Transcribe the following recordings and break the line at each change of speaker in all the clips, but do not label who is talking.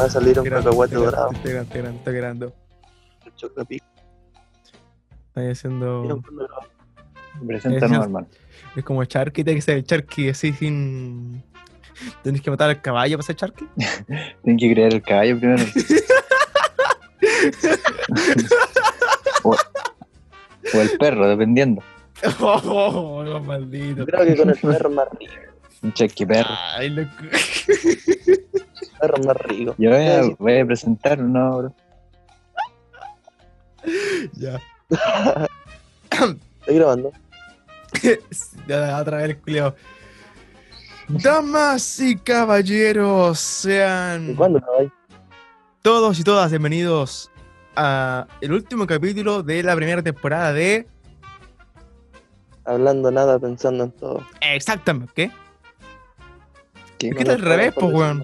Va a salir un
Te grando,
cacahuate
te grando,
dorado.
Te grando, te grando, te grando.
Un chocapic.
Estás
mira un
haciendo.
fondo dorado.
Preséntanos,
Eso.
hermano.
Es como Sharky, tiene que ser el Sharky así sin. Tenés que matar al caballo para ser Sharky.
Tienen que crear el caballo primero. o, o el perro, dependiendo.
Oh, oh, oh, maldito.
Yo creo que con el perro es más rico.
Un cheque perro.
Ay, loco.
El perro es más rico.
Yo voy a, voy a presentar una obra.
ya.
Estoy grabando.
Ya, Otra vez el culiao. Damas y caballeros,
¿Y
sean
cuándo grabáis?
todos y todas bienvenidos a el último capítulo de la primera temporada de
Hablando nada, pensando en todo.
Exactamente, ¿qué?
¿Qué?
Es que está al revés, pues, weón.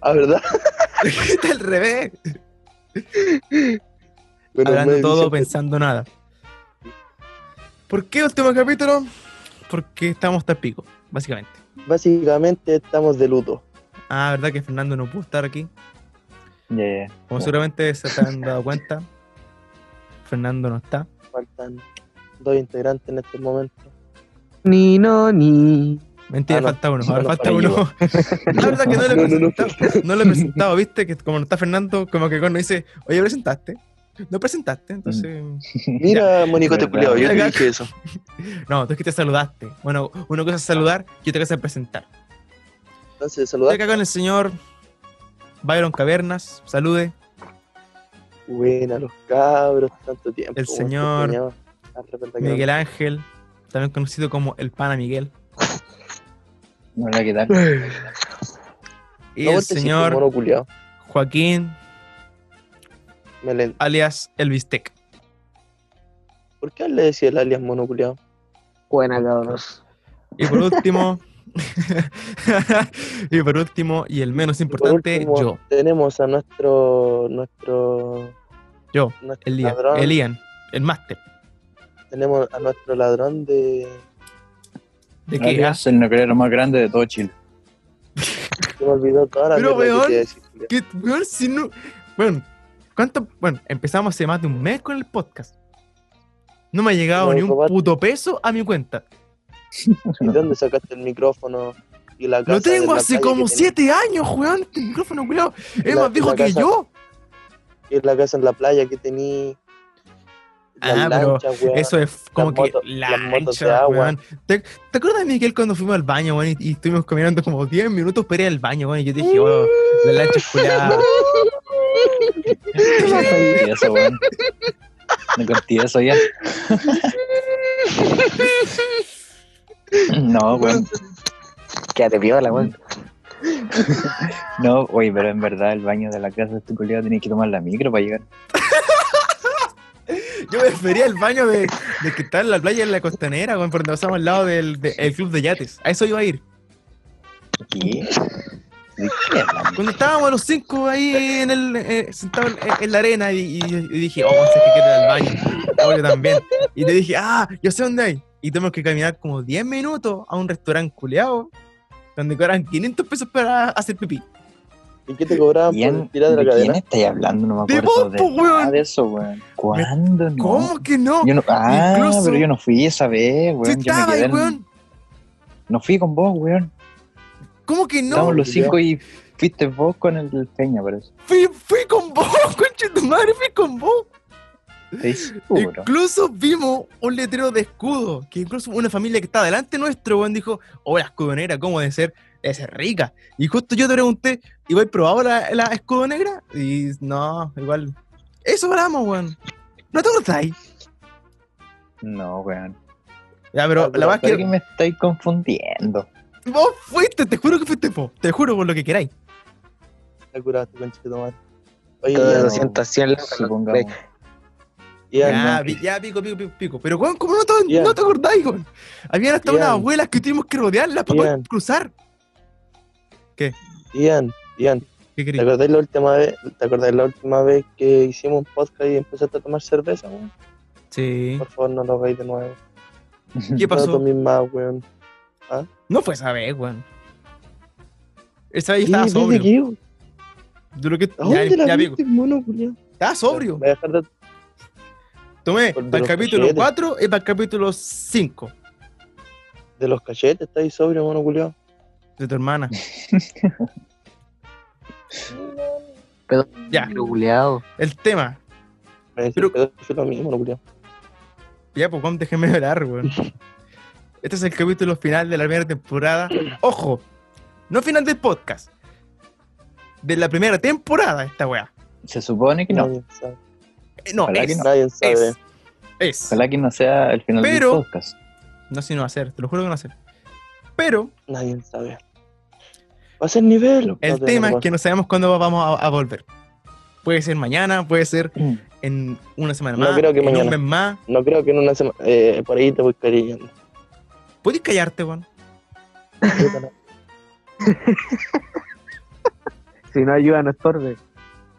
Ah, ¿verdad?
Es que está al revés.
Pero
Hablando
me
todo,
dice-
pensando nada. ¿Por qué último capítulo? Porque estamos tan pico, básicamente.
Básicamente estamos de luto.
Ah, ¿verdad que Fernando no pudo estar aquí?
Ya, ya.
Como seguramente se habrán dado cuenta, Fernando no está.
Faltan dos integrantes en este estos momentos.
Ni no ni.
Mentira,
Ah, no.
falta uno. Ahora
No,
falta
no,
uno. La verdad que no le
No,
he
no, no.
presentado. No le he presentado, viste, que como no está Fernando, como que cuando dice, oye, presentaste. No presentaste, entonces.
Mm. Mira, monicote
Verdad.
culiado, yo te
Acá-
dije eso.
No, tú es que te saludaste. Bueno, una cosa es saludar y otra cosa es presentar.
Entonces,
Estoy
saludar.
acá con el señor Byron Cavernas, salude.
Buena, los cabros, tanto tiempo.
El
weón, te
señor
extrañaba. Ah, repente que no.
Miguel Ángel, también conocido como el Pana Miguel.
No la que tal.
Y
No, este
el
vos te hiciste
señor
mono culiao.
Joaquín,
Melén.
alias el Bistec.
¿Por qué le decía el alias mono culiao?
Buena, cabrón.
Y por último, y por último, y el menos
Y por
importante,
último,
yo,
Tenemos a nuestro. nuestro.
yo,
nuestro
el Ian,
ladrón.
el Ian, el máster.
Tenemos a nuestro ladrón de.
¿De qué? ah?
el nuclear más grande de todo Chile.
Se me olvidó toda la
Pero,
mierda que
weón.
te iba a decir, culiao.
¿Qué- weón, si no- Bueno, ¿cuánto? Bueno, empezamos hace más de un mes con el podcast. No me ha llegado
No,
ni un
robaste.
puto peso a mi cuenta.
¿Y dónde sacaste el micrófono y la casa?
Lo
de
tengo
la
hace
playa
como
que tenés?
siete años, weón. Este micrófono, culiao. Es
La-
más viejo
la
que
casa-
yo.
Y la casa en la playa que tení. las
Ah, pero
lanchas, weón.
Eso es como que
motos-
la
las motos de
ancha,
agua.
weón. ¿Te, te acuerdas, Miguel, cuando fuimos al baño, weón? Y, y estuvimos caminando como 10 minutos para ir al baño, weón. Y yo te dije, weón, la lancha es culiada.
No conté eso, weón. No conté eso ya. No, weón.
Quédate piola, weón.
No, oye, pero en verdad el baño de la casa de este culiado tenés que tomar la micro para llegar.
Yo me refería al baño de, de que está en la playa en la costanera, weón, por donde pasamos al lado del de- el club de yates. A eso iba a ir.
¿Qué? ¿De qué hablamos?
Cuando estábamos los cinco ahí en el, eh, sentados en, en la arena y, y- y dije, oh, sé que quiero ir al baño. Oh, yo también. Y te dije, ah, yo sé dónde hay. Y tenemos que caminar como 10 minutos a un restaurante culeado donde cobran 500 pesos para hacer pipí.
¿Y qué te
Ah,
cobraban por
pues,
¿Quién,
tirar de la
¿De quién
cadena?
estáis hablando? No me
De
acuerdo
vos, po,
nada
weón.
de eso, weón. ¿Cuándo? No.
¿Cómo que no?
Yo no, ah,
Incluso-
pero yo no fui esa vez, weón.
Si
yo me
estaba
quedé
ahí,
en-
weón.
No fui con vos, weón.
¿Cómo que no?
Estábamos los
ya.
cinco y fuiste vos con el del Peña, parece.
Fui, fui con vos, conche tu madre, fui con vos.
Estoy seguro.
Incluso vimos un letrero de escudo, que incluso una familia que está delante nuestro, weón, dijo, oh, la escudo negra, ¿cómo de ser? Debe ser rica. Y justo yo te pregunté, ¿y voy probado la, la escudo negra? Y no, igual. Eso hablamos, weón. No te acordáis.
No, weón.
Ya, Ah, pero la verdad
Creo
es
que
que
me estáis confundiendo.
vos fuiste, te juro que fuiste vos. Te juro por lo que queráis.
La curaste, concha de tu madre. Oye,
Todo de
Ian,
200, 100 lucas. no
Supongamos.
te-
Ian,
Ya,
no.
pi- ya, pico, pico, pico, pico. Pero, weón, ¿cómo no te,
Ian.
no te acordáis, weón? Habían hasta
Ian.
unas abuelas que tuvimos que rodearlas para poder
Ian.
cruzar.
Ian, Ian,
¿Qué
¿te
queréis?
acordás la última vez, te acordás la última vez que hicimos un podcast y empezaste a tomar cerveza, weón?
Sí.
Por favor, no lo hagáis de nuevo.
¿Qué
No
pasó?
tomís más, weón.
No fue esa vez, weón. Esa vez
¿Qué?
yo estaba
¿Viste
sobrio.
que yo?
De lo que.
¿A
Ya,
dónde la
ya pico.
viste, mono, culiao?
Estaba sobrio.
Voy a dejar de...
Tomé
Por- de
para el
los
capítulo
cachetes.
4 y para el capítulo 5
De los cachetes, está ahí sobrio, mono culiao.
de tu hermana.
Pero-
Ya,
Pero culiao.
el tema.
Me decís
Pero-
pedófilo a mí, mono culiao.
Ya, pues, Juan, déjeme hablar, weón. Este es el capítulo final de la primera temporada. Ojo, no final del podcast. De la primera temporada, esta weá.
Se supone que no.
Nadie sabe.
Eh, no,
Ojalá que
es,
no.
Nadie sabe.
es, es.
Ojalá que no sea el final
Pero-
del podcast.
No sé si no va a ser, te lo juro que no va a ser. Pero
Nadie sabe. Va a ser nivel.
el tema es que no sabemos cuándo vamos a, a volver. Puede ser mañana, puede ser en una semana
No
más,
creo que
en un
mañana.
mes más.
No creo que en una semana. Eh, por ahí te voy cariñando.
¿Puedes callarte, Juan?
Si no ayuda, no estorbe.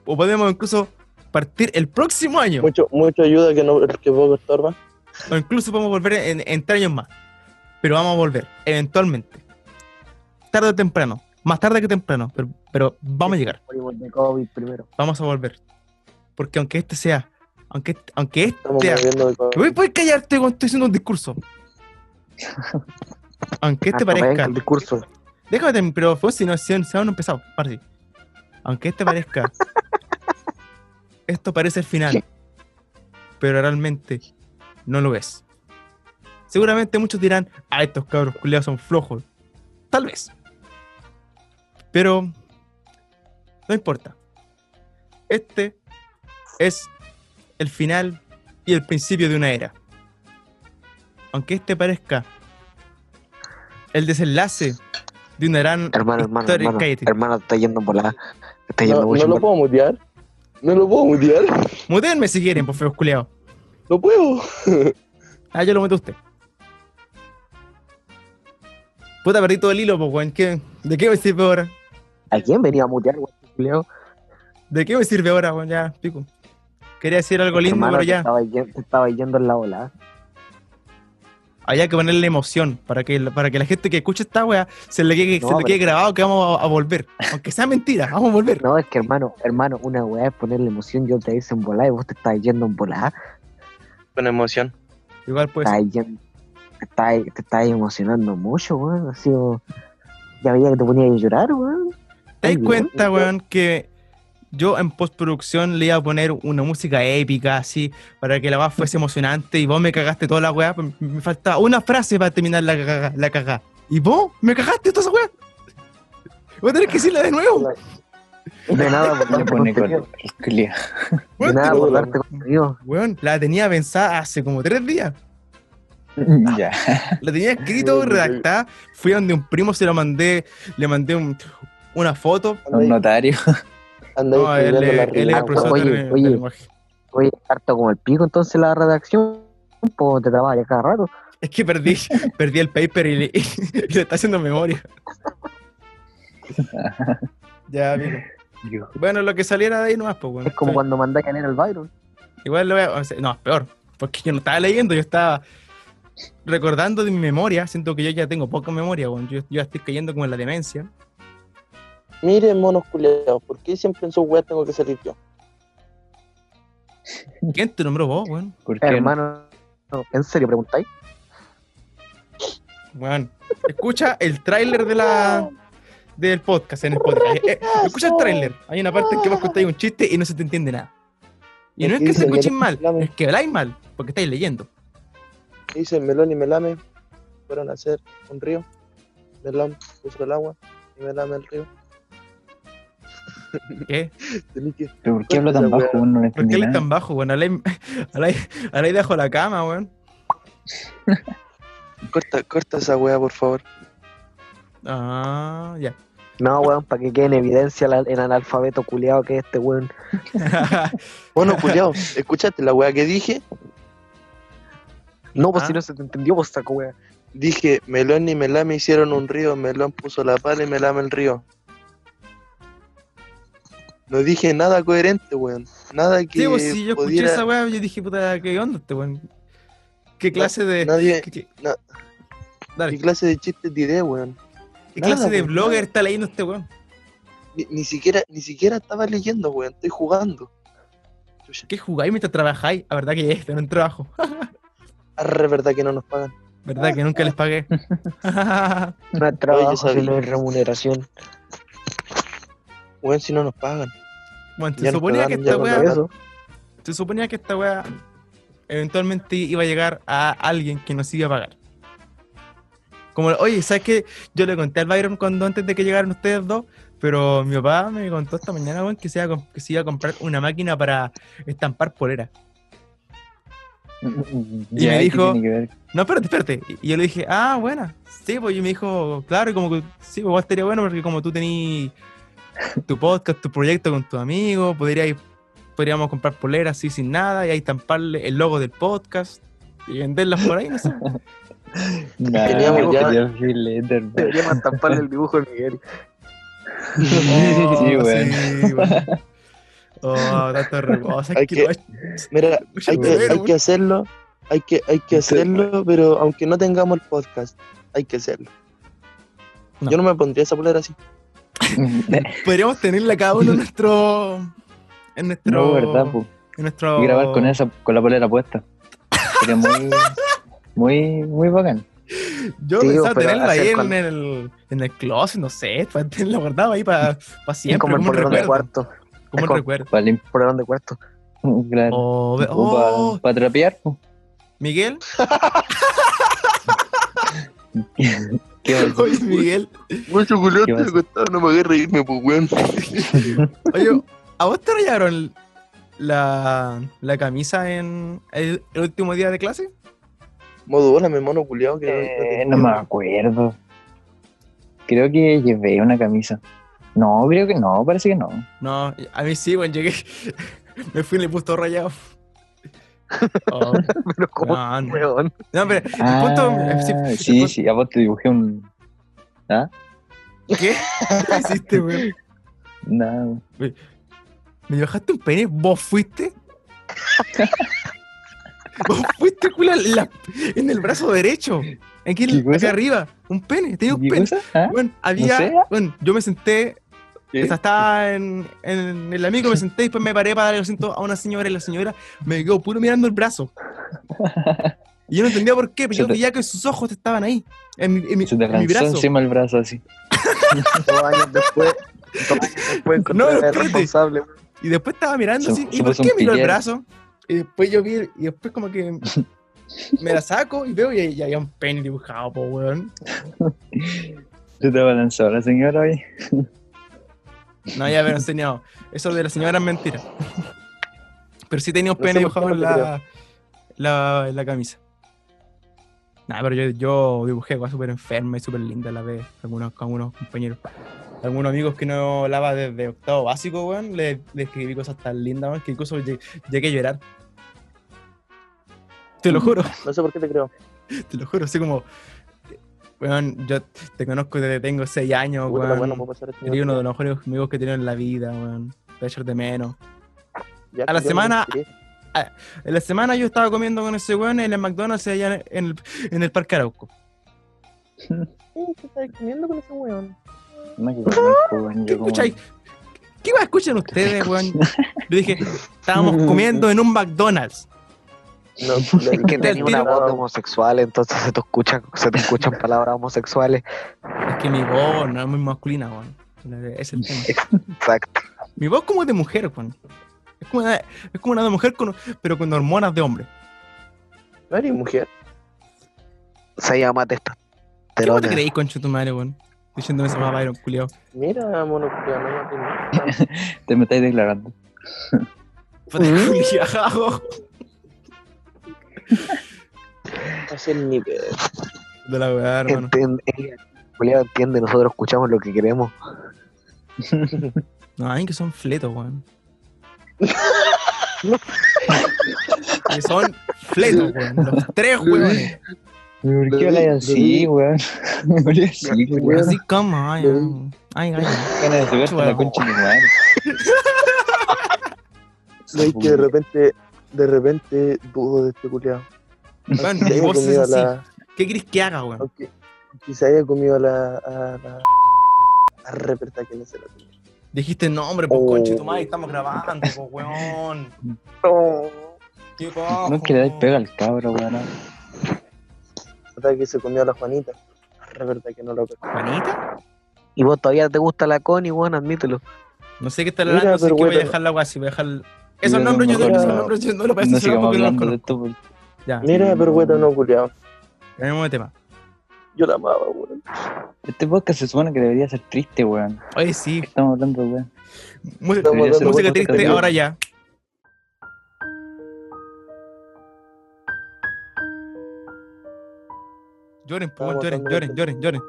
O podemos incluso partir el próximo año.
mucho, mucho ayuda que no que poco estorba.
O incluso podemos volver en, en tres años más. Pero vamos a volver, eventualmente. Tarde o temprano. Más tarde que temprano, pero, pero vamos a llegar.
Morimos de COVID primero.
Vamos a volver. Porque aunque este sea... Aunque, aunque
Estamos
este...
moviendo de co-
Uy, puedes callarte cuando estoy haciendo un discurso. Aunque este
Hasta me Ah, venga
parezca...
el discurso.
Déjame terminar, pero fue si no, si aún no empezado, Marci. Aunque este parezca... esto parece el final. Pero realmente no lo es. Seguramente muchos dirán, ah, estos cabros culiados son flojos. Tal vez. Pero... No importa. Este es el final y el principio de una era. Aunque este parezca el desenlace de una gran
Hermano, hermano,
historia.
hermano.
Cállate.
Hermano, está yendo por la. Está yendo
No, no
mucho
lo
por-
puedo mutear. No lo puedo mutear.
Mutéenme si quieren, por feos culiados.
No puedo.
Ah, yo lo meto a usted. Puta, perdí todo el hilo, pues, weón. ¿Qué- ¿De qué me sirve ahora?
¿A quién venía a mutear, güey? este Leo?
¿De qué me sirve ahora, weón? Ya, pico. Quería decir algo lindo,
hermano,
pero
te
ya.
Estaba yendo, te estaba yendo en la ola.
Había que ponerle emoción para que, para que la gente que escuche esta weá se le quede,
No,
se le quede
pero-
grabado que vamos a, a volver. Aunque sea mentira, vamos a volver.
No, es que hermano, hermano, una weá es ponerle emoción y otra es en volá y vos te estás yendo en volá.
Con emoción.
Igual pues.
Estás yendo- te estás- te estás emocionando mucho, weón. Ha sido. Ya veía que te ponías a llorar, weón.
¿Te das
Ay,
cuenta,
Dios.
weón, que yo en postproducción le iba a poner una música épica, así, para que la weá fuese emocionante y vos me cagaste toda la weá? pues, Me faltaba una frase para terminar la cagá. La cagá. ¿Y vos? ¿Me cagaste toda esa weá? Voy a tener que decirla de nuevo.
De nada, por
Le pone color. culiao.
De
Weón,
nada,
Bueno,
por
te-
darte contenido.
weón, la tenía pensada hace como tres días.
Ah,
Ya.
La tenía escrito, redactada. Fui a donde un primo, se lo mandé, le mandé un- una foto.
Un notario.
Anda
No, él,
escribiendo la
es- él es
regla.
el profesor
Oye,
de, de
oye.
lenguaje.
Oye, harto como el pico, entonces la redacción, pues te trabaja cada rato.
Es que perdí, perdí el paper y le, y le está haciendo memoria. ya, amigo.
Yo-
Bueno, lo que saliera de ahí nomás, pues, bueno.
Es como cuando mandáis a leer al Byron.
Igual lo voy a... o sea, No, es peor. Porque yo no estaba leyendo, yo estaba recordando de mi memoria. Siento que yo ya tengo poca memoria, bueno. Yo, yo ya estoy cayendo como en la demencia.
Miren, monos culiados. ¿Por qué siempre en sus weas tengo que salir yo?
¿Quién te nombró vos, weón?
¿Por qué no?
Hermano, no, ¿en serio preguntáis?
Weón. Escucha el tráiler de la... Del podcast en Spotify. Eh, eh, escucha el tráiler. Hay una parte en que vos contáis un chiste y no se te entiende nada. Y no es que se escuchen mal, es que habláis mal, porque estáis leyendo.
Dicen Melón y Melame. Fueron a hacer un río. Melón puso el agua. Y Melame el río. Este
¿Qué?
Tenés que-
¿Pero por qué hablo
pues,
tan bajo? weón? No lo
¿Por qué
entendí
él es
nada.
tan bajo, weón? Alay, alay, alay debajo de la cama, weón.
Corta, corta esa wea, por favor.
Ah, ya.
No, weón, para que quede en evidencia la- el analfabeto culiado que es este weón.
Bueno, culiao, escuchaste la wea que dije.
No, pues
Ah.
si no se te entendió, pues saco weón.
Dije, Melón y Melame hicieron un río, Melón puso la pala y Melame el río. No dije nada coherente, weón. Nada que
sí, pues, si yo escuché
pudiera...
esa weá, yo dije, puta, ¿qué onda este weón? ¿Qué clase de.
Nadie...
qué- qué-
na-
dale,
¿Qué clase de chistes diré, weón?
¿qué
nada,
clase de
weón,
blogger
nada.
está leyendo este weón?
ni, ni siquiera, ni siquiera estaba leyendo, weón. Estoy jugando. Chucha.
¿Qué jugáis mientras trabajáis? La verdad que este no es trabajo.
Arre, verdad que no nos pagan.
¿Verdad que nunca les pagué?
No es trabajo,
sabía.
sino es remuneración.
Weón, si no nos pagan.
bueno, se
Ya nos
suponía que
pagaron,
esta
ya
weá
nos
Por eso.
se suponía que esta weá eventualmente iba a llegar a alguien que nos iba a pagar. Como, oye, ¿sabes qué? Yo le conté al Byron cuando antes de que llegaran ustedes dos, pero mi papá me contó esta mañana, weón, que se iba a, com- que se iba a comprar una máquina para estampar polera.
Mm, Ya,
me
¿qué
dijo-
tiene que ver?
No, espérate, espérate. Y yo le dije, ah, buena. Sí, pues y me dijo, claro, y como que sí, pues igual estaría bueno porque como tú tenías tu podcast, tu proyecto con tus amigos, podríais- podríamos comprar poleras así sin nada y ahí estamparle el logo del podcast y venderlas por ahí, no sé.
Nah,
Teníamos ya-
yo fui letter, bro.
Deberíamos tamparle el dibujo de Miguel.
Oh,
Sí, weón.
sí, weón. Oh, tanto reposo.
Hay que- Mira,
Mucho
hay que,
dinero,
hay que hacerlo. Hay que, hay que
Sí.
hacerlo, pero aunque no tengamos el podcast, hay que hacerlo.
No.
Yo no me pondría esa polera así.
Podríamos tenerla cada uno en nuestro. En nuestro.
No, verdad, po.
en nuestro.
Y grabar con esa, con la polera puesta. Sería muy, muy, muy bacán.
Yo
Sí,
pensaba
pero
tenerla ahí
hacer
en,
con-
el, en el closet, no sé, para tenerla guardada ahí para
Es
siempre.
como el
un
polerón de
recuerdo,
cuarto.
como un
como-
recuerdo.
Para limpiar,
Polerón de cuarto.
claro.
Oh, ve-
O
oh,
para trapear, po.
Miguel.
¿Qué va a hacer?
Oye, Miguel.
Mucho
¿Qué vas a
culote,
hacer?
no me voy a reírme, pues, weón.
Oye, ¿a vos te rayaron la, la camisa en el, el último día de clase?
Modulame, mono culiao. Que
Eh, no me acuerdo. Creo que llevé una camisa. No, creo que no, parece que no.
No, a mí sí, bueno, llegué. Me fui y le puse todo rayado. Oh,
Pero como
no, no.
weón.
No, pero el punto.
Ah,
el
sí,
punto-
sí, a vos te dibujé un... ¿ah?
¿Qué? ¿Qué hiciste, weón?
No,
¿Me bajaste un pene? ¿Vos fuiste? ¿Vos fuiste, culo, en, la- en el brazo derecho? Aquí,
¿Qué cosa?
acá arriba. Un pene, tenía un
¿Y
pene.
cosa? ¿Ah?
Bueno, había.
sé.
bueno, yo me senté.
¿Qué?
o sea, estaba en, en el amigo, me senté y después me paré para darle el asiento a una señora y la señora me quedó puro mirando el brazo. Y yo no entendía por qué, pero
Se
yo
te-
veía que sus ojos estaban ahí, en mi, en mi-
Se te
en mi
lanzó
brazo.
encima el brazo así.
Dos años después. Dos años después.
No,
encontré al
espérate.
responsable.
Y después estaba mirando
Se-
así,
se
¿y por
puso un
qué miró el
pillero.
brazo? Y después yo vi, y después como que me la saco y veo y, ahí había un pene dibujado, po, weón.
Se te balanzó la señora ahí.
No, ya me lo enseñado. Eso de la señora es mentira. Pero sí tenía un
No sé
pene
por qué
dibujado
no
en
te
la, la, en la camisa. Nah, pero yo, yo dibujé cosas súper enferma y súper linda a la vez. Algunos, con algunos compañeros. Algunos amigos que no lava desde octavo básico, weón. Le, le escribí cosas tan lindas, weón, que incluso lle- llegué a llorar. Te lo juro.
No sé por qué te creo.
Te lo juro, así como. Weón, yo te conozco desde que tengo 6 años,
Puta, la weá, no
weón.
puedo pasar este
Eres uno de
momento.
los mejores amigos que he tenido en la vida, weón. Te voy a echar de menos.
Ya,
a la
ya me
semana-
retiré.
En la semana yo estaba comiendo con ese weón en el McDonald's allá en en el, en el Parque Arauco.
Sí, ¿Qué estás comiendo con ese weón?
No, que conozco, weón,
¿Qué
yo como-
escucháis? ¿Qué más escuchan ustedes, weón? Yo dije, estábamos comiendo en un McDonald's.
No,
Es que tenía una
tiro.
voz de homosexual, entonces se te escuchan, se te escuchan palabras homosexuales.
Es que mi voz no es muy masculina, weón. Ese Es el tema.
Exacto.
Mi voz como es de mujer, weón. Es como una, es como una de mujer, con- pero con hormonas de hombre.
¿No eres mujer?
Se llama
¿Qué vos te
testosterona.
creís, concho tu madre, weón? Diciéndome esa mamá, Byron, culiao.
Mira, mono culiao, no, no, no.
Te me estáis declarando.
Puta, culiao.
Estás en nivel.
De la weá, hermano.
Entiende, Julián entiende, nosotros escuchamos lo que queremos.
No, hay que son fletos, weón. que son fletos, weón. Los tres, weón.
¿Por
Lo
qué
vi,
habláis
lo
así,
vi.
weón? Habláis así, weón.
Así como, ay, weón. ay, ay.
Ganas de subirte a la concha de mi madre.
No, es que de repente, de repente dudo de este culiao.
Bueno,
Se
mi
haya
voz es
comido a
así.
la-
¿Qué querés que haga, weón?
aunque- aunque se haya comido a la... a la... A reperta que no se la tenía.
Dijiste, no, hombre, pues
Oh.
conche tu madre, estamos grabando, pues weón.
No.
Qué
No
cojo.
es que le dais pega al cabro, weón.
Verdad que se comió a la Juanita. La verdad que no lo caché.
¿Juanita?
Y vos todavía te gusta la Connie, weón, admítelo.
No sé qué está
Mira,
hablando, no sé
pero
que voy a
bueno.
dejar la weá así, voy a dejar. Esos
no
nombres
me
yo no,
acuerdo.
esos nombres yo no lo voy a
No
decir
sigamos
porque no los
hablando de
conozco.
esto, weón.
Ya,
Mira, pero bueno, no, culiao.
cambiamos de tema.
Yo la amaba, weón.
Este podcast se supone que debería ser triste, weón.
Oye, sí.
Estamos hablando, weón.
mu-
Estamos
Debería ser
dando
Música
un podcast
triste,
de-
ahora ya. Lloren, pues,
Estamos
lloren,
dando
lloren,
vueltas.
lloren, lloren.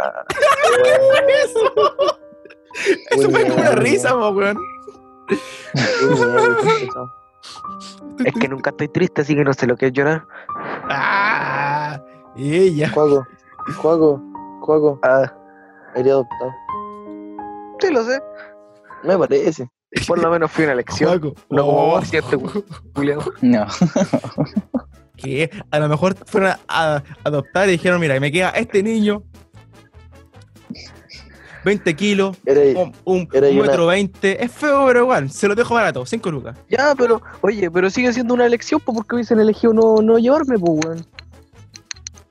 Ah, weón,
Eso, eso fue como una
Weón.
risa, po, weón.
weón, qué pesado.
Es que nunca estoy triste, así que no sé lo que es llorar.
Ah, ella.
Juago, Juago, Juago.
Ah,
Eres adoptado.
sí lo sé.
Me parece.
Por lo menos fui a una elección.
Juaco.
No,
Oh.
como cierto, Julián.
No.
que a lo mejor fueron a, a adoptar y dijeron, mira, me queda este niño, 20 kilos,
Eres.
un, un-
Era
un
yo una-
metro 20, es feo, pero igual, se lo dejo barato, 5 lucas.
Ya, pero, oye, pero sigue siendo una elección, pues porque hubiesen elegido no, no llevarme, pues, weón.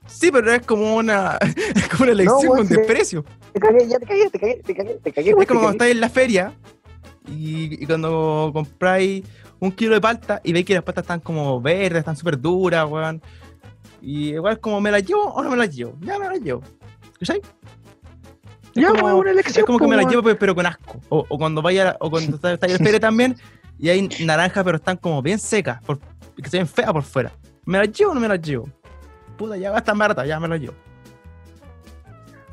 Sí, pero es como una, es como una elección con
weón, pues sí. pues
desprecio.
Te cagué, ya te cagué, te cagué, te cagué, te cagué,
Es
weón,
como
te
cuando estáis
cagué.
en la feria y, y cuando compráis un kilo de palta y veis que las paltas están como verdes, están súper duras, weón. Y igual como, ¿me las llevo o no me las llevo? Ya me las llevo. ¿Cachai? Es
Ya,
como-
weón, una elección.
Es como que
pues,
me las
weón.
llevo, pero, pero con asco. O, o cuando vaya, a la- o cuando está, está en el feria también, y hay naranjas, pero están como bien secas, por- que se ven feas por fuera. ¿Me las llevo o no me las llevo? Puta, ya va a estar barata, ya me las llevo.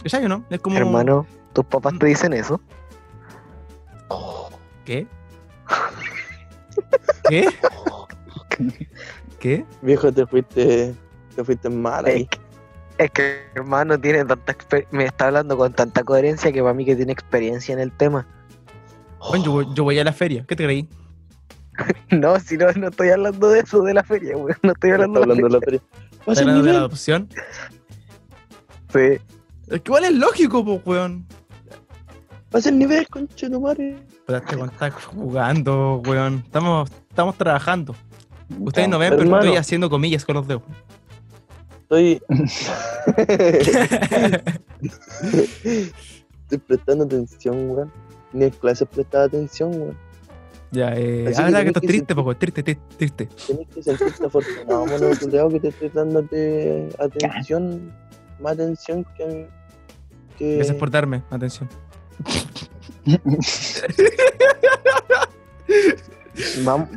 ¿Cachai o no? Es como. Mm.
Hermano, tus papás te dicen eso.
¿Qué? ¿Qué? ¿Qué?
Viejo, te fuiste. Te fuiste mal ahí.
Es que, es que, hermano tiene tanta exper- me está hablando con tanta coherencia que para mí que tiene experiencia en el tema.
Bueno, yo, voy- yo voy a la feria, ¿qué te creí?
No, si no, no estoy hablando de eso, de la feria, weón. No estoy
Está
hablando,
hablando de la feria.
¿Estás
Pasa el
hablando de la
nivel.
adopción?
de la feria. Sí.
Es que igual es lógico, pues, weón.
Pasa el nivel, conche tu madre.
Puta, este weón está jugando, weón. Estamos, estamos trabajando. Ustedes no ven, pero
Hermano.
estoy haciendo comillas con los dedos.
Estoy. Estoy prestando atención, weón. Ni en clases prestaba atención, weón.
ya, eh,
Así que
ahora que
tenés
estás
que
triste,
sentir-
poco, triste, triste, triste.
Tenés que sentirte afortunado, mono culiao, que te estoy dándote atención. Más atención que. que...
Gracias por darme atención.
Vamos,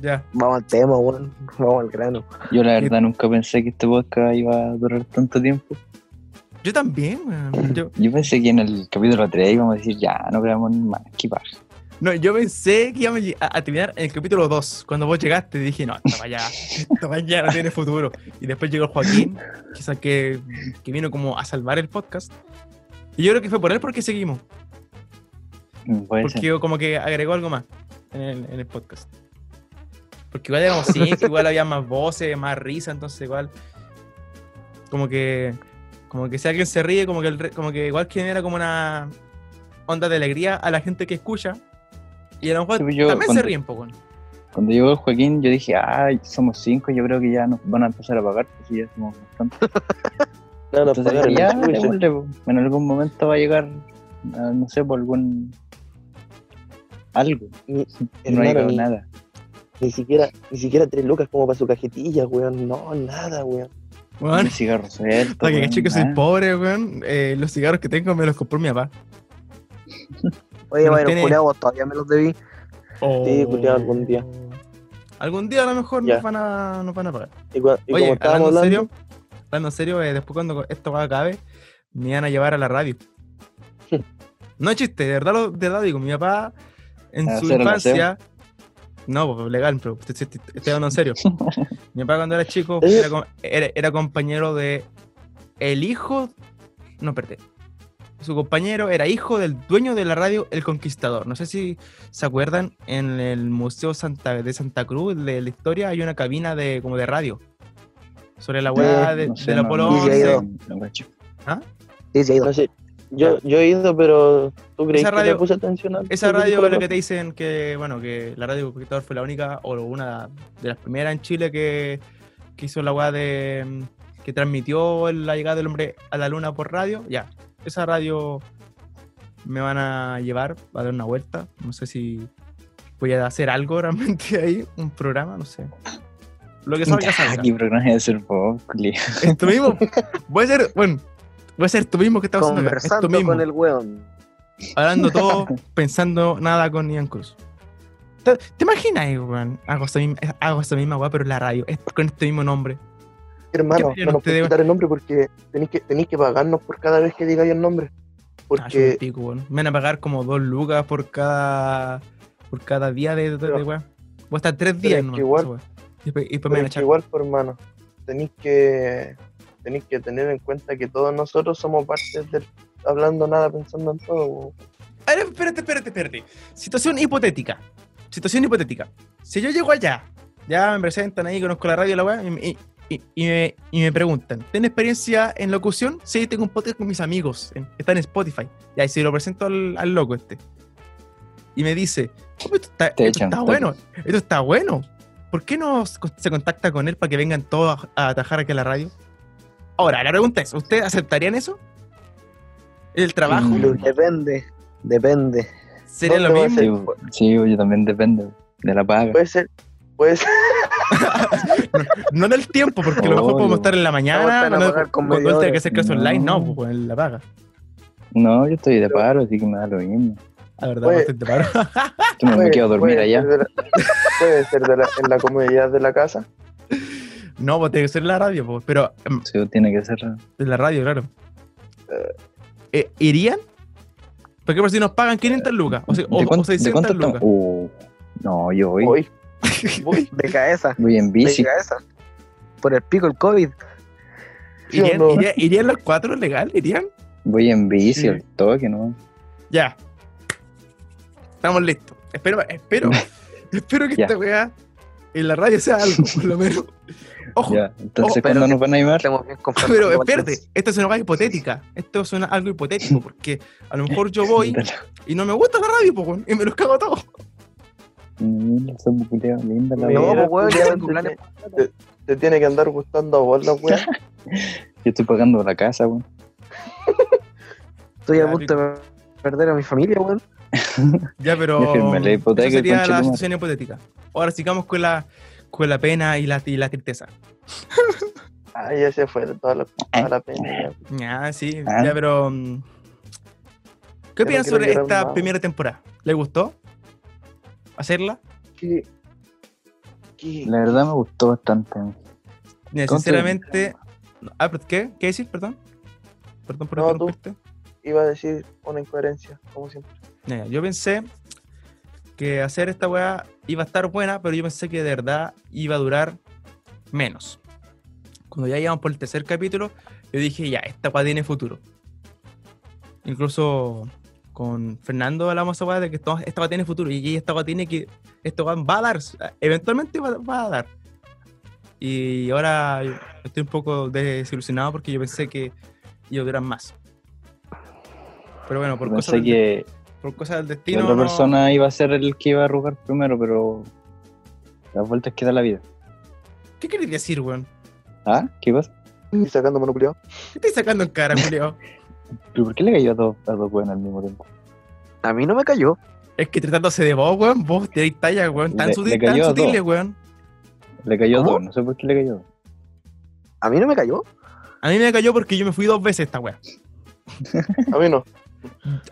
ya.
vamos al tema, weón. Vamos al grano.
Yo la verdad nunca pensé que este podcast iba a durar tanto tiempo.
Yo también, weón. Yo,
Yo pensé que en el capítulo 3 íbamos a decir, ya, no grabamos más, qué paja.
no, yo pensé que íbamos a, a terminar en el capítulo 2. Cuando vos llegaste, dije, no, esta vaya, esta vaya no tiene futuro. Y después llegó Joaquín, quizás que, que vino como a salvar el podcast. Y yo creo que fue por él porque seguimos.
Puede ser.
Porque como que agregó algo más en el, en el podcast. Porque igual éramos cinco, igual había más voces, más risa, entonces igual como que como que si alguien se ríe, como que el re- como que igual genera como una onda de alegría a la gente que escucha. Y a lo mejor
Sí, pues yo
también se
cuando-
ríen poco.
Cuando llegó el Joaquín, yo dije, ay, somos cinco, yo creo que ya nos van a empezar a pagar, pues ya somos bastantes.
No, no,
Entonces
pagar
dije,
la
ya,
chucha.
démosle, po. en algún momento va a llegar, ah, no sé, por algún... algo.
Ni-
No ha
hermano,
llegado
ni-
nada.
Ni siquiera, ni siquiera tres lucas como para su cajetilla, weón. No, nada, weón.
Bueno,
Ni cigarro suelto.
para que
weón, ah,
caché que soy
nada.
pobre, weón, eh, los cigarros que tengo me los compró mi papá.
Oye,
Nos
bueno,
tiene-
culiao, vos todavía me los debí.
Sí, culiao, algún día.
Oh. Algún día a lo mejor
Ya.
nos van a, nos van a pagar.
Y, cua- y como
Oye, hablando en
estábamos hablando,
serio, hablando en serio, eh, después cuando esto acabe, me van a llevar a la radio. no es chiste, de verdad, lo, de verdad digo, mi papá en
Ah,
¿A
su
hacer el aseo?
infancia... No, pues, legal, pero te- te- te- te estoy hablando en serio. mi papá cuando era chico
¿Eh?
era, com- era- era compañero de... El hijo... No, perdé. Su compañero era hijo del dueño de la radio El Conquistador. No sé si se acuerdan, en el Museo Santa, de Santa Cruz de la Historia hay una cabina de como de radio. Sobre la weá de,
No sé,
del
no,
Apolo
no, no,
11.
no, no, cacho.
¿Ah?
Sí, sí, ha ido.
no sé, Yo, yo he ido, pero tú creí que
radio-
le puse atención a
Esa radio es la que te dicen que, bueno, que la radio Conquistador fue la única o una de las primeras en Chile que, que hizo la weá de. mm, que transmitió la llegada del hombre a la luna por radio. Ya, esa radio me van a llevar a dar una vuelta. No sé si voy a hacer algo realmente ahí, un programa, no sé. Lo que salga,
Ya,
salga.
qué programa de ser pop,
Esto mismo. Voy a ser, bueno, voy a ser tú mismo que estás haciendo. acá, Esto
Conversando
mismo.
con el weón.
Hablando todo, pensando nada con Ian Cruz. ¿Te, te imaginas, eh, weón? Hago esta misma, hago esta misma weá, pero en la radio, es- con este mismo nombre.
Hermano,
¿Qué
no nos
te
puedes
debo?
quitar el nombre porque tenéis que, tenéis que pagarnos por cada vez que digáis el nombre.
Ah, yo me
Porque
pico, weón. Me van a pagar como dos lucas por cada, por cada día de, de,
Pero-
de weá. Voy a estar tres
pero es
días
que
nomás,
igual-
esa weá. Y después, y después me
pero
van a
es que
echar.
igual, por hermano, tenéis que, tenéis que tener en cuenta que todos nosotros somos parte del hablando nada, pensando en todo. weón.
A ver, espérate, espérate, espérate. Situación hipotética. Situación hipotética. Si yo llego allá, ya me presentan ahí, conozco la radio y la weá, y, y- y me, y me preguntan, ¿tienes experiencia en locución? Sí, tengo un podcast con mis amigos. en- está en Spotify. Ya, y si lo presento al, al loco este. Y me dice, "Oh, esto está,
Te
esto
echan,
está
te-
bueno, esto está bueno. ¿Por qué no s- se contacta con él para que vengan todos a, a atajar aquí a la radio? Ahora, la pregunta es, ¿ustedes aceptarían eso? ¿El trabajo?
Mm.
Depende, depende.
¿Sería lo
¿Dónde va a
mismo?
Sí, bo- sí, bo, yo también depende de la paga.
Puede ser, puede ser.
No del tiempo, porque a lo mejor
Obvio.
podemos estar en la
Vamos a
mañana,
estar a
cuando,
pagar con
cuando
media
él tenga
hora.
que hacer clase online, no,
No.
pues en la paga.
No, yo estoy de paro, así que me da lo mismo.
La verdad,
Pues-
bastante paro.
Yo me, me
puede-
quedo a dormir
puede
allá.
ser de la- puede ser de la- en la comodidad de la casa.
No, pues tiene que ser la radio, pues, pero em,
Sí, tiene que ser.
en la radio, claro. Eh, ¿Irían? Por ejemplo, si nos pagan 500 lucas, o, sea, o,
cuán-
o 600
estamos?
lucas.
Uh, no, yo voy.
Hoy,
Uy, de cabeza,
Voy en
de
bici.
cabeza. Por el pico el COVID.
¿sí o
¿Irían,
no?
irían- irían los cuatro legal? ¿Irían?
Voy en bici
Sí.
al toque, ¿no?
Ya. Estamos listos. Espero, espero, espero que
Ya.
esta weá en la radio sea algo, por lo menos. Ojo,
Ya. Entonces,
Oh,
pero-
¿cuándo nos van a llamar?
Estamos bien conformes
Pero
con
espérate,
nosotros.
esto es una cosa hipotética. Esto es una- algo hipotético, porque a lo mejor yo voy
Dale.
y no me gusta la radio, po, weón, y me los cago a todos.
Mm, son culiados, linda la
Mira,
No,
vida.
pues, weón,
culiao,
ya
te-
tengo planes.
te tiene que andar gustando a vos la wea.
Yo estoy pagando la casa, weón.
Estoy a
Ya,
punto de perder a mi familia, weón.
Ya,
Ya
pero.
firmé la hipoteca,
esa sería
conche
la
tu madre.
situación hipotética. Ahora sigamos con la, con la pena y la, y la tristeza.
Ah, ya se fue de toda la, toda la pena.
Eh.
ya.
Ya, sí,
Ah.
ya, pero. mm, ¿Qué
Pero
opinan
quiero
sobre
llorar
esta
más.
primera temporada? ¿Le gustó? ¿Hacerla?
¿Qué? ¿Qué?
La verdad me gustó bastante.
Mira,
Contra-
Sinceramente. Ah, pero ¿qué? ¿Qué decís? Perdón. Perdón por
No, tú.
interrumpirte.
Iba a decir una incoherencia, como siempre.
Ya, ya, Yo pensé que hacer esta weá iba a estar buena, pero yo pensé que de verdad iba a durar menos. Cuando ya íbamos por el tercer capítulo, yo dije, ya, esta weá tiene futuro. Incluso con Fernando hablamos esa weá de que esto- esta weá tiene futuro y esta weá tiene que, esta weá va a dar, eventualmente va, va a dar. Y ahora estoy un poco desilusionado porque yo pensé que iba a durar más. Pero bueno, por cosas del
Pensé que
por cosas del
la
destino.
otra
no-
persona iba a ser el que iba a arrugar primero, pero las vueltas que da la vida.
¿Qué querés decir, weón?
¿Ah? ¿Qué pasa?
Y sacando monopolio.
¿Qué estás sacando en cara, Julio?
¿Pero por qué le cayó a dos, a dos weones al mismo tiempo?
A mí no me cayó.
es que tratándose de vos, weón, vos tiráis talla, weón, tan,
Le-
sutil-
le
tan
cayó a dos.
sutiles, weón.
Le cayó a
¿Cómo?
dos, no sé por qué le cayó a dos.
A mí no me cayó.
A mí me cayó porque yo me fui dos veces esta weón.
A mí no.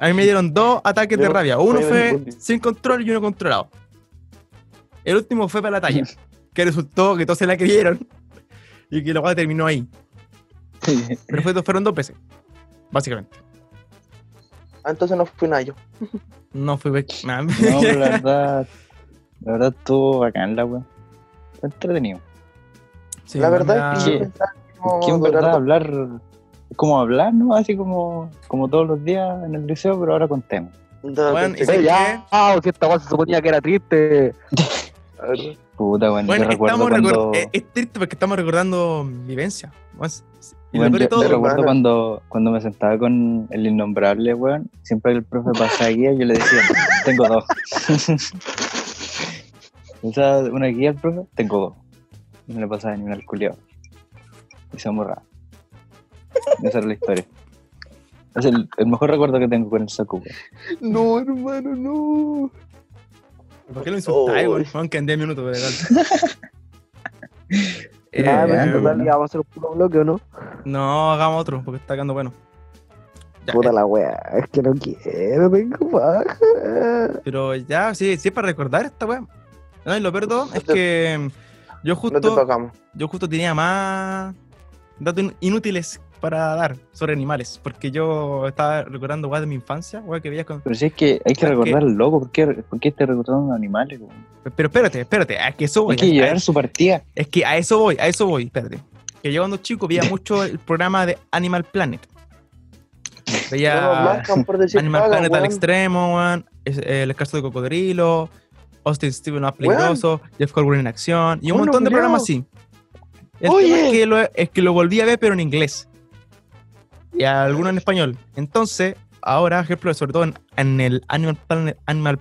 A mí me dieron dos ataques de
Yo-
rabia. Uno
yo-
fue
yo-
sin control y uno controlado. El último fue para la talla, que resultó que todos se la creyeron y que la weá terminó ahí. Pero fue, fueron dos veces, básicamente.
Ah, entonces no fui nada yo.
No fue. Nah,
No, pero la verdad, la verdad estuvo bacán la weón. Fue entretenido.
sí,
la verdad
weón,
es que yo
Sí.
pensaba que
que en
íbamos a durar
verdad
dos-
hablar, es como hablar, ¿no? Así como, como todos los días en el liceo, pero ahora con temas.
dos-
Bueno, y
dos-
sé
Ey,
que-
ya, ah, que esta cosa se suponía que era triste.
la verdad.
Puta, weón.
Bueno,
yo recuerdo
estamos
cuando.
recor- eh, es, es triste porque estamos recordando vivencia. weón. Y lo
Weón,
peor de
yo, yo
todo,
recuerdo
hermano.
cuando, cuando me sentaba con el innombrable, weón. Siempre el profe pasaba guía y yo le decía, tengo dos. Usaba una guía el profe, tengo dos. No le pasaba ni una al culiao. Y se amorraba. Esa era la historia. Es el, el mejor recuerdo que tengo con el Saku, weón.
No, hermano, no.
¿por qué lo insultáis,
Oh.
weón? Weón, quedan 10 minutos, pero dale. Eh,
Ah, pero en total
bueno.
ya vamos a hacer un puro bloque, ¿o no?
no, hagamos otro porque está quedando bueno. Ya, eh.
Puta la wea, es que no quiero, tengo baja.
Pero ya, sí, sí es para recordar esta weá. No, y lo peor de todo
No
es
te-
que yo
No te
justo,
tocamos.
yo justo tenía más datos in- inútiles para dar sobre animales. Porque yo estaba recordando weá de mi infancia, weá que veías con.
Pero si es que hay que
Es que-
recordar al loco, ¿por qué, por qué te recordaron los animales, weón?
Pero espérate, espérate, a que eso ah, voy.
Hay que
a-
llevar su partida.
Es que a eso voy, a eso voy, espérate. Que yo cuando chico veía mucho el programa de Animal Planet.
No nos
Veía
marcan por decir
Animal
paga,
Planet al
weón.
extremo, weón. es- eh, El escaso de cocodrilo. Austin Steven más peligroso. Jeff Colburn en acción. Y un
Bueno,
montón de
culiao.
programas así. El
Oye.
tema es que, lo, es que lo volví a ver, pero en inglés. Y alguno en español. Entonces, ahora, ejemplo, sobre todo en, en el Animal Planet, Animal,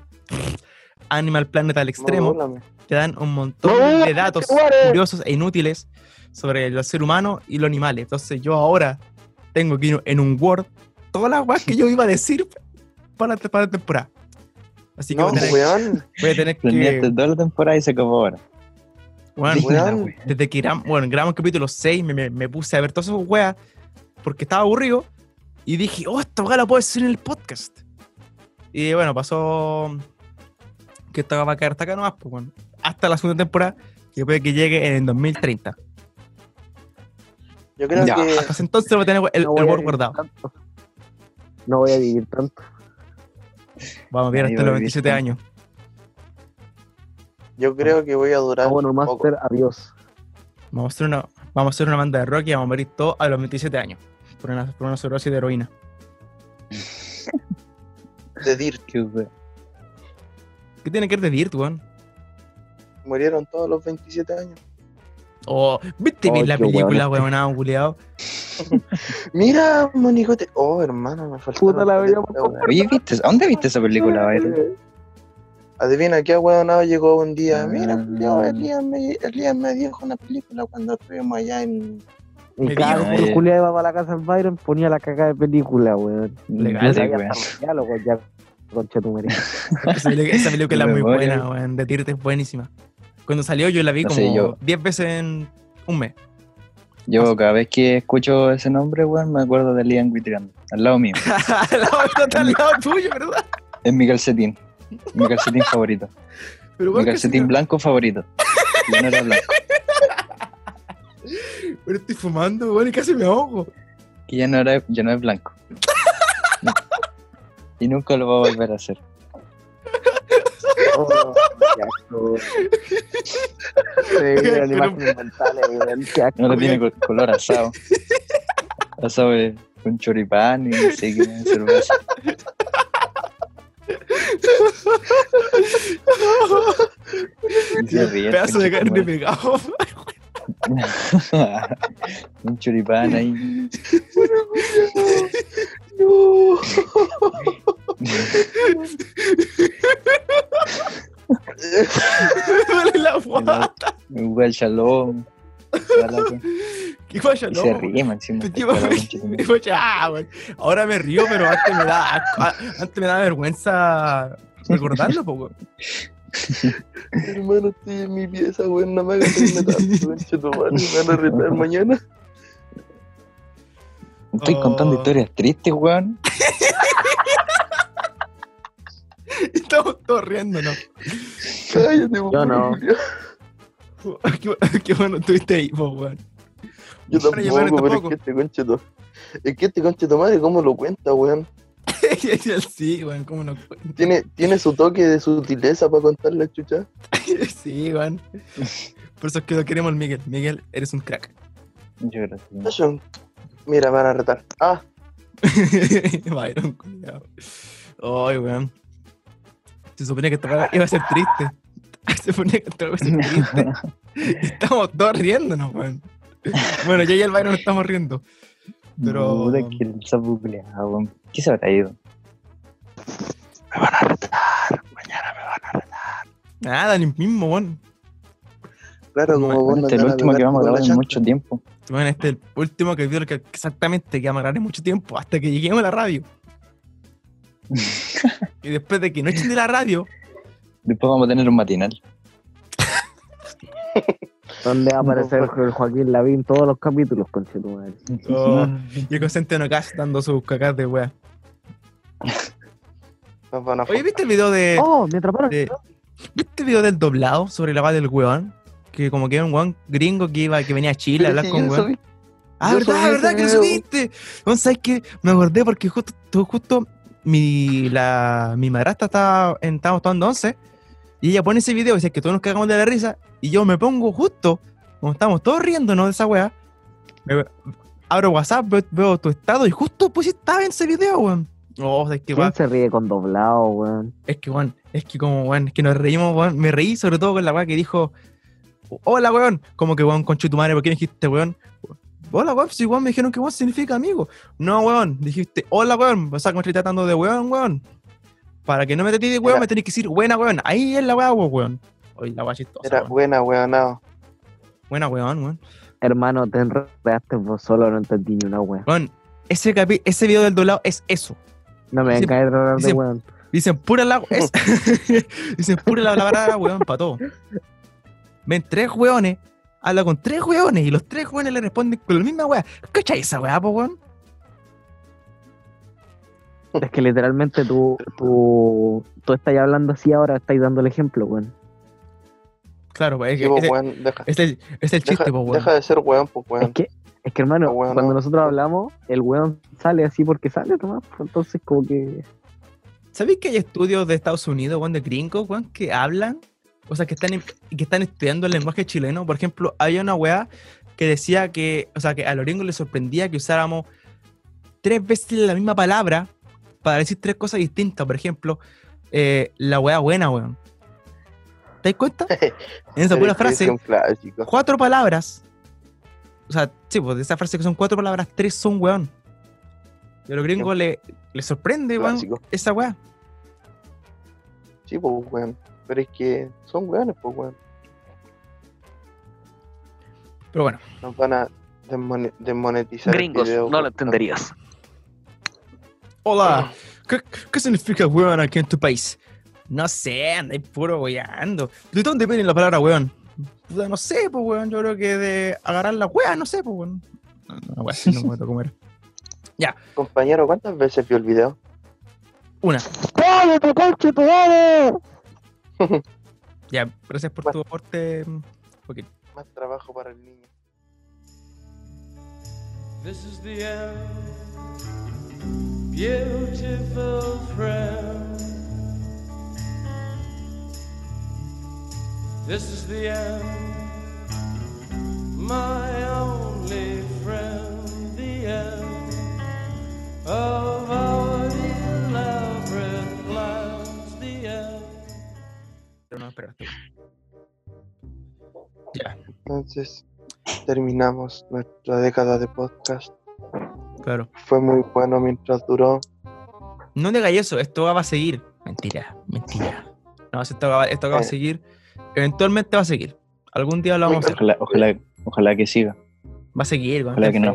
Animal Planet al extremo
Modúlame.
te dan un montón
¡No!
de datos
¡Muere!
curiosos e inútiles sobre el ser humano y los animales. Entonces yo ahora tengo que ir en un Word todas las weas que yo iba a decir para, la- para la temporada. Así que
No, pues,
voy, a tener,
weón.
voy a tener
Planeaste
que...
toda la temporada y se acabó ahora.
Bueno,
weón.
Digna, weón.
desde que gram- bueno, grabamos el capítulo 6 me, me- me puse a ver todas esas weas porque estaba aburrido y dije, oh, esta wea la puedo decir en el podcast. Y bueno, pasó que esta va a caer hasta acá nomás, pues, bueno, hasta la segunda temporada que puede que llegue en el 2030.
Yo creo
Ya.
que.
Hasta ese entonces voy a tener el, el
No voy a
Word
vivir
guardado.
tanto. No voy a vivir tanto.
Vamos a ver
Ahí
hasta los
voy a vivir
27
tanto.
años.
Yo creo que voy a durar.
Ah, bueno,
poco.
Master, adiós.
Vamos a hacer una, vamos a hacer una banda de rock y vamos a morir todos a los 27 años por una, por una sobredosis de heroína.
De Dirt.
Qué wea.
¿Qué tiene que ver de Dirt, weón?
Murieron todos los 27 años.
O, ¿viste
Ay,
bien la
Oh, qué
película,
weón. este.
weón? weón, culiao?
Mira, monigote. Oh, hermano, me faltó.
Puta la vida, por
Oye, ¿viste? ¿a ¿dónde viste esa película, Byron?
Adivina qué ahueonado llegó un día. Mira,
Ah.
Julio, Elías me, Elías me dijo una película cuando estuvimos allá en.
Me
Y claro,
dijo,
cuando
eh.
Julián iba para la casa del Byron, ponía la caca de película, weón.
Legal,
Yo
sí,
sabía
weón.
hasta los diálogos ya, conchetumere.
Esa peli- esa película es muy
Memoria.
buena, weón. De Tirte es buenísima. Cuando salió yo la vi
No
como
sé, yo-
10 veces en un mes.
Yo cada vez que escucho ese nombre, weón, me acuerdo de Liam Witriano, al lado mío,
al lado, está al lado tuyo, ¿verdad?
en mi calcetín, mi calcetín favorito,
Pero
mi
weón, que
calcetín
sí,
blanco favorito. Yo no era blanco,
pero estoy fumando, weón, y casi me ahogo.
que ya no, era, ya no es blanco. Y nunca lo voy a volver a hacer.
Oh, qué asco.
Sí,
Pero-
la imagen mental, weón.
eh, Qué asco.
No lo tiene col- color asado. Asado de- con choripán y no sé qué más, cerveza. Y se ríe el
Pedazo de
conchetumare.
carne pegado.
un choripán ahí.
No.
Me duele la guata.
Un guachalón.
Y vaya,
Y
no.
se ríe, man. encima.
Yo me- Y fue, "Ah, weón". Ahora me río, pero antes me da, asco- a- antes me da vergüenza recordarlo, po, weón.
Hermano, estoy en mi pieza, weón. No me hagas reírme tanto, conche tu madre, Me van a retar mañana.
Estoy contando
Oh.
historias tristes, weón.
Estamos todos riendo, ¿no?
Cállate, weón.
Yo no.
Julio.
Qué, bueno- qué bueno estuviste ahí, po, weón.
Yo
Bueno, yo
tampoco, pero es
tampoco.
que este conche tu- Es que este conche tu madre, ¿cómo lo cuenta, weón?
sí, weón, cómo no.
Tiene, tiene su toque de sutileza para contar la chucha.
Sí, weón. Por eso es que lo queremos al Miguel. Miguel, eres un crack.
Yo creo que no.
Yo- Mira, me van a retar. Ah,
Byron, cuidado. Ay, weón. Se suponía que esta palabra iba a ser triste. se ponía a cantar algo así triste. Y Estamos todos riéndonos, weón. Bueno, yo y el Byron nos estamos riendo. Pero-
Puta que el sapo culiao, weón. ¿Qué se habrá ido? Me van a retar. Mañana me van a retar.
Nada, ni mismo, weón.
Claro, como
Bueno,
vos no
Este es
te
el
van a
último que
pegar
vamos a
con la
grabar en
llanta.
mucho tiempo.
Bueno, este es el último capítulo que exactamente que vamos a grabar en mucho tiempo, hasta que lleguemos a la radio. y después de que no echen de la radio,
Después vamos a tener un matinal.
¿Dónde va a aparecer
No,
el Joaquín Lavín todos los capítulos, conchetumadre?
Oh. y el Constantino Cash dando sus cacas de weá.
Nos van a
Oye,
fuck.
¿viste el video de.
¡Oh, me atraparon!
de- ¿Viste el video del doblado sobre la va del weón? Que como que era un weón gringo que iba, que venía a Chile a hablar con weón. Ah,
Yo
verdad,
subí
verdad
ese
que lo
video.
subiste. No, ¿sabes qué? Me acordé porque justo, tú- justo mi, la, mi madrastra estaba, en- estábamos tomando once y ella pone ese video y dice que todos nos cagamos de la risa y yo me pongo justo, como estamos todos riéndonos de esa weá, me- abro WhatsApp, veo, veo tu estado y justo pues estaba en ese video, weón. Oh, es que,
¿Quién
weón,
se ríe con doblado, weón?
es que, weón, es que como, weón, es que nos reímos, weón. Me reí sobre todo con la weá que dijo, hola, weón. Como que, weón, conche tu madre, ¿por qué me dijiste, weón? Hola, weón, si, weón, me dijeron que weón significa amigo. No, weón, dijiste, hola, weón. O sea, como estoy tratando de weón, weón. Para que no me te de weón,
Era-
me tenés que decir buena, weón. Ahí es la weá, weón, weón. Oye, la weá chistosa,
Era
weón.
buena, weonado.
Buena, weón, weón.
Hermano, te enredaste vos solo, no entendí ni una weón.
Weón, ese, capi- ese video del doblado es eso.
No me
Dice-
vengas a enredar de
dice-
weón.
Dicen pura la es- Dicen pura la palabra, weón, para todo. Ven tres weones, habla con tres weones y los tres weones le responden con la misma weá. ¿Cachai esa weá, po, weón?
Es que literalmente tú, tú, tú estás hablando así ahora, estás dando el ejemplo, weón.
Claro, pues, es,
Sí, pues,
es-
weón, deja,
es el, es el chiste,
deja,
po, weón.
deja de ser weón, pues
Es
weón.
que, es que hermano,
Ah, weón,
cuando
no.
nosotros hablamos, el weón sale así porque sale nomás. pues, Entonces, como que.
¿Sabéis que hay estudios de Estados Unidos, weón, de gringos, weón, que hablan? O sea, que están, en- que están estudiando el lenguaje chileno. Por ejemplo, había una weá que decía que, o sea, que a los gringos les sorprendía que usáramos tres veces la misma palabra para decir tres cosas distintas. Por ejemplo, eh, la weá buena, weón. ¿Te das cuenta? En esa
Pero
pura
es que es
frase,
un clásico.
cuatro palabras. O sea, sí, pues de esa frase que son cuatro palabras, tres son weón. Y a los gringos le- les sorprende, weón,
Clásico.
esa weá.
Sí, pues weón. Pero es que son weones, pues weón.
Pero bueno.
Nos van a desmone- desmonetizar. el video, weón.
entenderías.
Hola, ¿qué, qué significa weón aquí en tu país? No sé, andáis puro weando. ¿De dónde viene la palabra weón? Puta, no sé, pues weón. Yo creo que de agarrar la wea, no sé, pues weón. No, no, wea, sí, no me acuerdo cómo era.
Compañero, ¿cuántas veces vio el video?
Una.
¡Cállate, conche, tu madre!
Ya, gracias por tu aporte. Joaquín.
Más trabajo para el niño.
This is the end, beautiful friend. This is the end, my only friend. The end of our elaborate plans. The end.
Pero no, espera, tú. Ya,
Entonces, terminamos nuestra década de podcast.
claro.
Fue muy bueno mientras duró.
No digáis eso, esto va a seguir. Mentira, mentira. No, si esto va, esto va a
Eh.
seguir. Eventualmente va a seguir. Algún día lo vamos a hacer.
Ojalá, ojalá, ojalá que siga.
Va a seguir, weón.
Ojalá que no.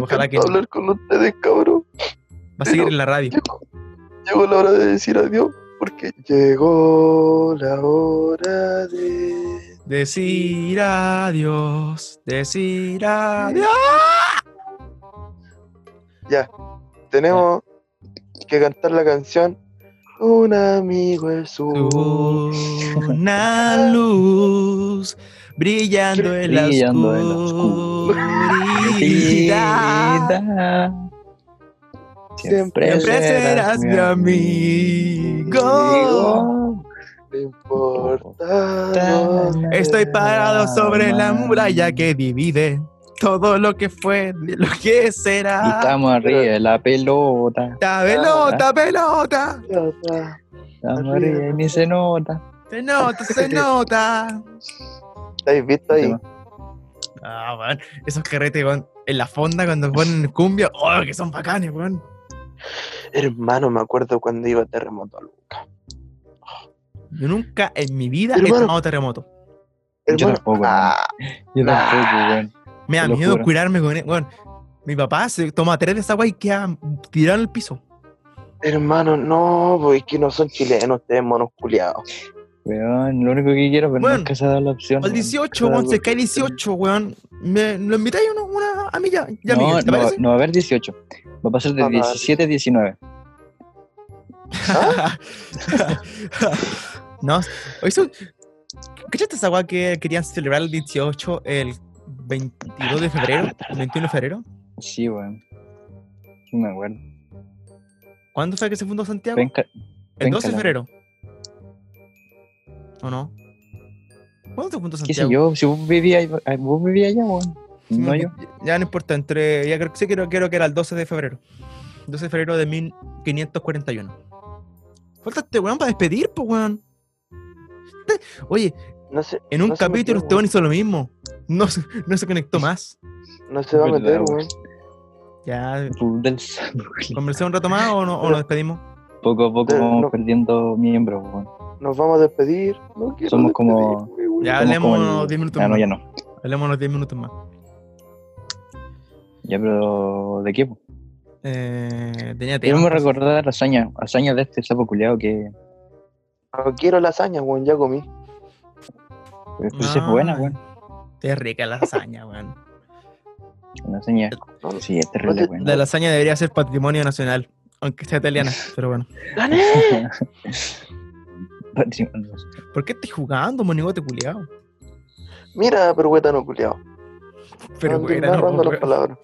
Ojalá
encanta
que no.
hablar con ustedes, cabrón.
Va a seguir en la radio.
Llegó, llegó la hora de decir adiós, porque llegó la hora de...
Decir adiós, decir adiós.
Ya, tenemos que cantar la canción. Un amigo es un...
Una luz brillando en la
Brillando en la
oscuridad.
Siempre
Siempre serás mi amigo.
No importa.
amigo.
Estoy parado sobre la muralla que divide todo lo que fue de lo que
Y
será.
estamos arriba de la pelota.
Ta pelota, pelota.
Ya está.
Estamos arriba y ni se nota.
Se nota, se nota.
¿Te habéis visto ahí?
Ah, weón. Esos carretes, weón. En la fonda cuando ponen cumbia. Oh, que son bacanes, weón.
Hermano, me acuerdo cuando iba a terremoto a Luca.
Yo nunca en mi vida he
Hermano.
tomado terremoto.
Yo
Hermano,
tampoco,
ah,
Yo
Nah.
tampoco, weón.
Me da
Te lo
miedo
juro.
curarme con él. Bueno, mi papá se toma tres de esa guay y queda tirado en el piso.
hermano, no, porque es que no son chilenos ustedes, monos culiados.
Weón, lo único que quiero, pero
Weón,
nunca se ha dado la opción.
Al
weón.
18, weón, se cae 18, weón. Me, ¿Lo invitáis a una, una amiga? Ya,
no,
Miguel, ¿te
no,
parece?
no va a haber 18. Va a pasar de
Ah, no,
17 a 19.
no, hoy son. ¿Cachaste esa weá que querían celebrar el 18 el 22 de febrero? ¿El 21 de febrero?
Sí, weón. Sí me acuerdo.
¿Cuándo fue que se fundó Santiago?
Penca,
el 12 de
péncala.
febrero. ¿O no? ¿Cuándo se fundó
¿Qué sé
Santiago?
yo? Si vos vivías ahí- eh, vos vivías allá, weón.
Sí,
No
me-
yo.
Ya no importa, entre. Ya creo que sí, creo, creo que era el 12 de febrero. 12 de febrero de 1541. Faltaste, weón, para despedir, pues, weón. Te- Oye,
No sé,
en un
No se
capítulo
metió,
este weón
weón.
hizo lo mismo. No, se- no se conectó más.
no se va a
Verdad,
meter,
weón.
weón.
Ya,
Tú del sur, weón.
conversé un rato más o, no- o nos despedimos.
Poco a poco
Pero
vamos
no-
perdiendo miembros, weón.
Nos vamos a despedir. No quiero
Somos como-
despedirme, weón.
Ya
Somos como
hablemos
el-
10 minutos
Ah, no,
más.
ya no.
Hablemos unos 10 minutos más.
Ya, pero ¿de qué? po?
Eh, tenía
Debemos
tiempo.
recordar hazaña, hazaña de este sapo culiado que
No quiero lasaña, weón, ya comí.
pues,
Ah.
es buena, weón.
Te rica la lasaña, weón.
Una hazaña.
No, no.
Sí, es terrible,
No te-
weón.
Eh, La lasaña debería ser patrimonio nacional, aunque sea italiana, pero bueno.
¡Gané!
¿Por qué estás jugando, monigote culiao?
Mira, no culiao.
Pero
Ando
bueno,
narrando
no,
las palabras.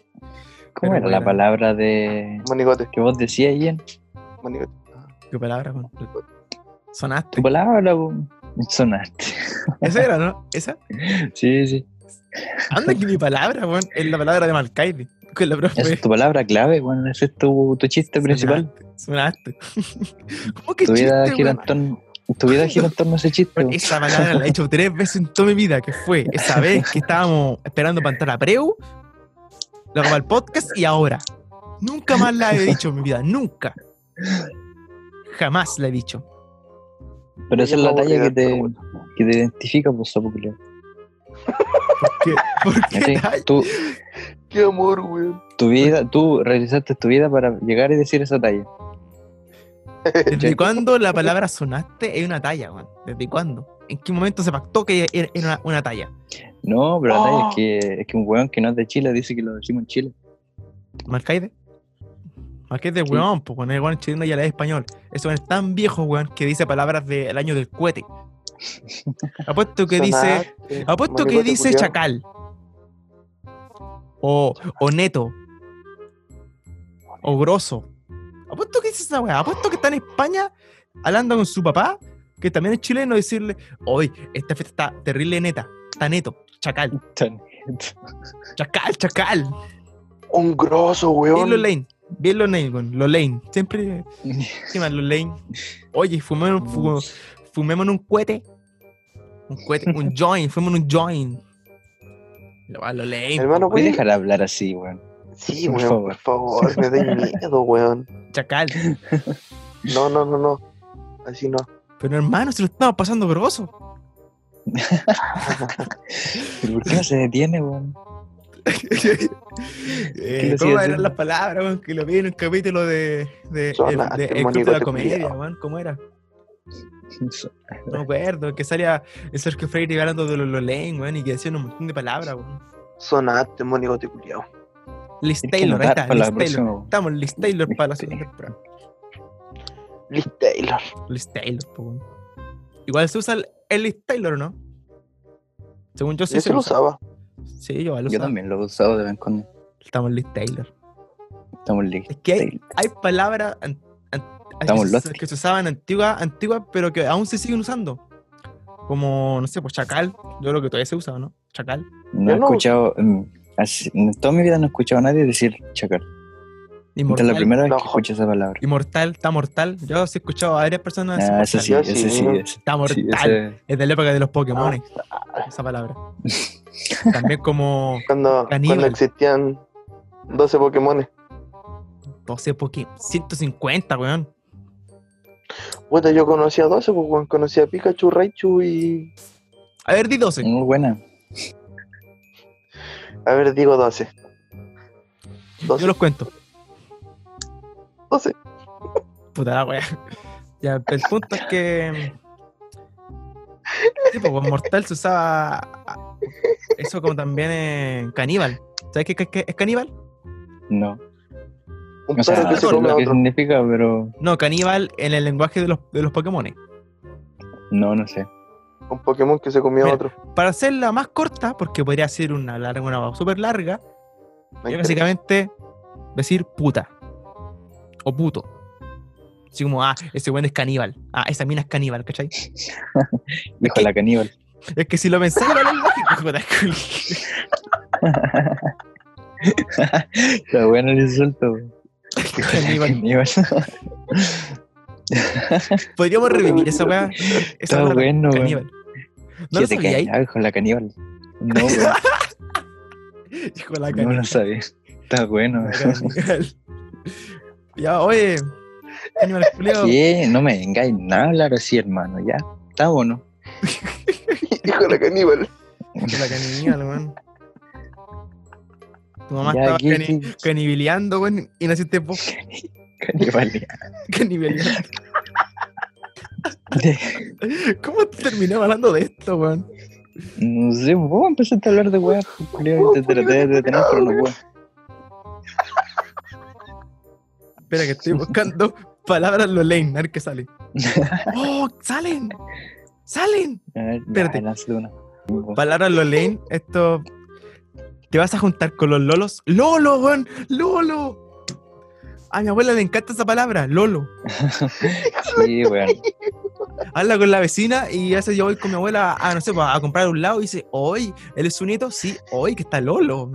¿Cómo era la
buena.
palabra de
Monigote,
que vos decías, Ian?
monigote.
qué palabra, weón.
Tu
Sonaste.
palabra, weón. Sonaste.
Esa era, ¿no? Esa.
Sí, sí.
Anda que mi palabra, weón. Es la palabra de Malcaide. Con la profe.
Esa es tu palabra clave, weón. Ese es tu, tu chiste principal.
Sonaste. ¿Cómo que
Tu vida,
chiste,
gira en
weón?
torno, tu vida gira en torno a ese chiste,
Weón,
weón.
Esa palabra la he hecho tres veces en toda mi vida, que fue esa vez que estábamos esperando para entrar a Preu, luego para el podcast y ahora. Nunca más la he dicho en mi vida, nunca. Jamás la he dicho.
Pero esa es la
Vamos a
talla que
llegar,
te,
pero bueno.
que te identifica, pues, sapo culiado.
¿Qué- ¿Por qué? tal?
Tú,
¡Qué amor, weón!
tu vida, tú realizaste tu vida para llegar y decir esa talla.
¿Desde cuándo la palabra sonaste es una talla, weón? ¿Desde cuándo? ¿En qué momento se pactó que era era una, una talla?
No, pero la talla
Oh.
es que, es que un weón que no es de Chile dice que lo decimos en Chile.
¿Marcaide? Marcaide, weón, pues con el weón chileno ya la es español. Ese weón es tan viejo, weón, que dice palabras del año del cohete. Apuesto que dice.
Sonaste,
Apuesto que
monigote
dice
culiao.
chacal. O, o neto. O grosso. Apuesto que dice esa weá. Apuesto que está en España hablando con su papá, que también es chileno, y decirle, hoy, esta fiesta está terrible neta. Está neto. Chacal. Chacal, chacal.
Un grosso,
Bien
weón.
los lane. Bien los lane, weón. Los lane. Siempre encima los lane. Oye, fumemos, fu- fumémonos un cohete. Un cohete, un joint. Fumémonos un joint. Lo, a los lane.
Hermano,
Voy a
weón.
dejar hablar así, weón.
Sí,
Por
weón, por favor, me da miedo, weón.
Chacal.
No, no, no, no. Así no.
Pero hermano, se lo estaba pasando grosso.
¿Pero por qué no se detiene, weón?
Eh,
lo sigue
¿Cómo eran
haciendo?
las palabras, weón? Que lo vi en un capítulo de, de,
Son
de-
las
de El Club de la
monigote
Comedia,
culiao.
weón. ¿Cómo era? No me acuerdo. Que salía el Sergio Freire hablando de los Lolén, weón, y que decían un montón de palabras, weón.
Sonaste, monigote culiao.
Liz
Tienes que
Taylor, ahí
anotar
está,
para la
Liz Taylor.
próxima, weón.
Estamos en Liz Taylor
Liz
para la segunda
Taylor.
temporada.
Liz Taylor.
Liz Taylor, po, weón. Igual se usa el, el Liz Taylor, ¿no? Según yo sí
Yo
se
se lo
usa.
usaba.
Sí, yo lo
Yo
uso.
también lo he usado de vez en cuando.
Estamos en Liz Taylor.
Estamos listos.
Es que hay, hay palabras an- an-
Estamos
que, se,
lost.
que se usaban antiguas, antiguas, pero que aún se siguen usando. Como, no sé, pues chacal. Yo creo que todavía se usa, ¿no? Chacal.
No he
no-
escuchado. mm, así- en toda mi vida no he escuchado a nadie decir chacar. Esta
Inmortal.
es la primera vez
No,
que escucho esa palabra.
Inmortal, está mortal. Yo sí he escuchado a varias personas decir
Ah, ese sí,
mortal.
sí,
ese sí.
¿no?
ese-
Está mortal.
sí, ese-
Es de la época de los Pokémon. Esa palabra. También como
Cuando,
Caníbal.
cuando existían 12 Pokémones.
12 Pokémon. 150, weón.
Puta, yo conocía 12, pues, weón. Conocía a Pikachu, Raichu y.
A ver, di 12.
Muy buena.
A ver, digo 12. 12,
Yo los cuento.
12.
Puta la wea. Ya, el punto es que. Sí, pues, weón, mortal se usaba. Eso como también en caníbal. ¿Sabes qué, qué- qué es caníbal?
No.
Un
O sea,
perro que se
sé
come
lo
a
que
otro.
significa, pero
No, caníbal en el lenguaje de los, de los Pokémon.
no, no sé.
Un Pokémon que se comió a
Mira,
otro.
Para hacerla más corta, porque podría ser una larga, una súper larga, es básicamente decir puta. O puto. Así como, ah, ese weón es caníbal. Ah, esa mina es caníbal, ¿cachai?
Dijo la caníbal.
Es que si lo pensáis, era lógico. puta, culo.
Está bueno el insulto. güey. Dijo la
Caníbal.
caníbal.
Podríamos revivir esa weá. Esa
Está
palabra,
bueno, weón.
Caníbal. ¿No
Que
lo
te
sabíais?
calla, Dijo la caníbal. No, güey,
Hijo de la
no
caníbal.
lo sabía. Está bueno.
La caníbal. ya, oye. Caníbal culeo.
¿Qué? No me vengáis nada a hablar así, hermano. Ya. Está bueno.
Hijo de la caníbal.
Hijo de la caníbal, weón. Tu mamá
Ya,
estaba
aquí,
cani-
sí,
canibileando, weón, y naciste vos
caníbal.
canibileando. ¿Cómo terminamos hablando de esto, weón?
No sé, vos empezaste a hablar de weas, culiao, y te traté de detener, pero no puedo.
Espera, que estoy buscando palabras Lolain, a ver qué sale. ¡Oh! ¡Salen! ¡Salen!
A ver,
Espérate.
ya, lánzate una.
Palabras Lolain, esto. Te vas a juntar con los lolos. ¡Lolo, weón! ¡Lolo! A mi abuela le encanta esa palabra, Lolo.
Sí, weón.
Habla con la vecina y a veces yo voy con mi abuela a, no sé, pa- a comprar a un lado y dice, hoy, él es su nieto, sí, hoy que está Lolo.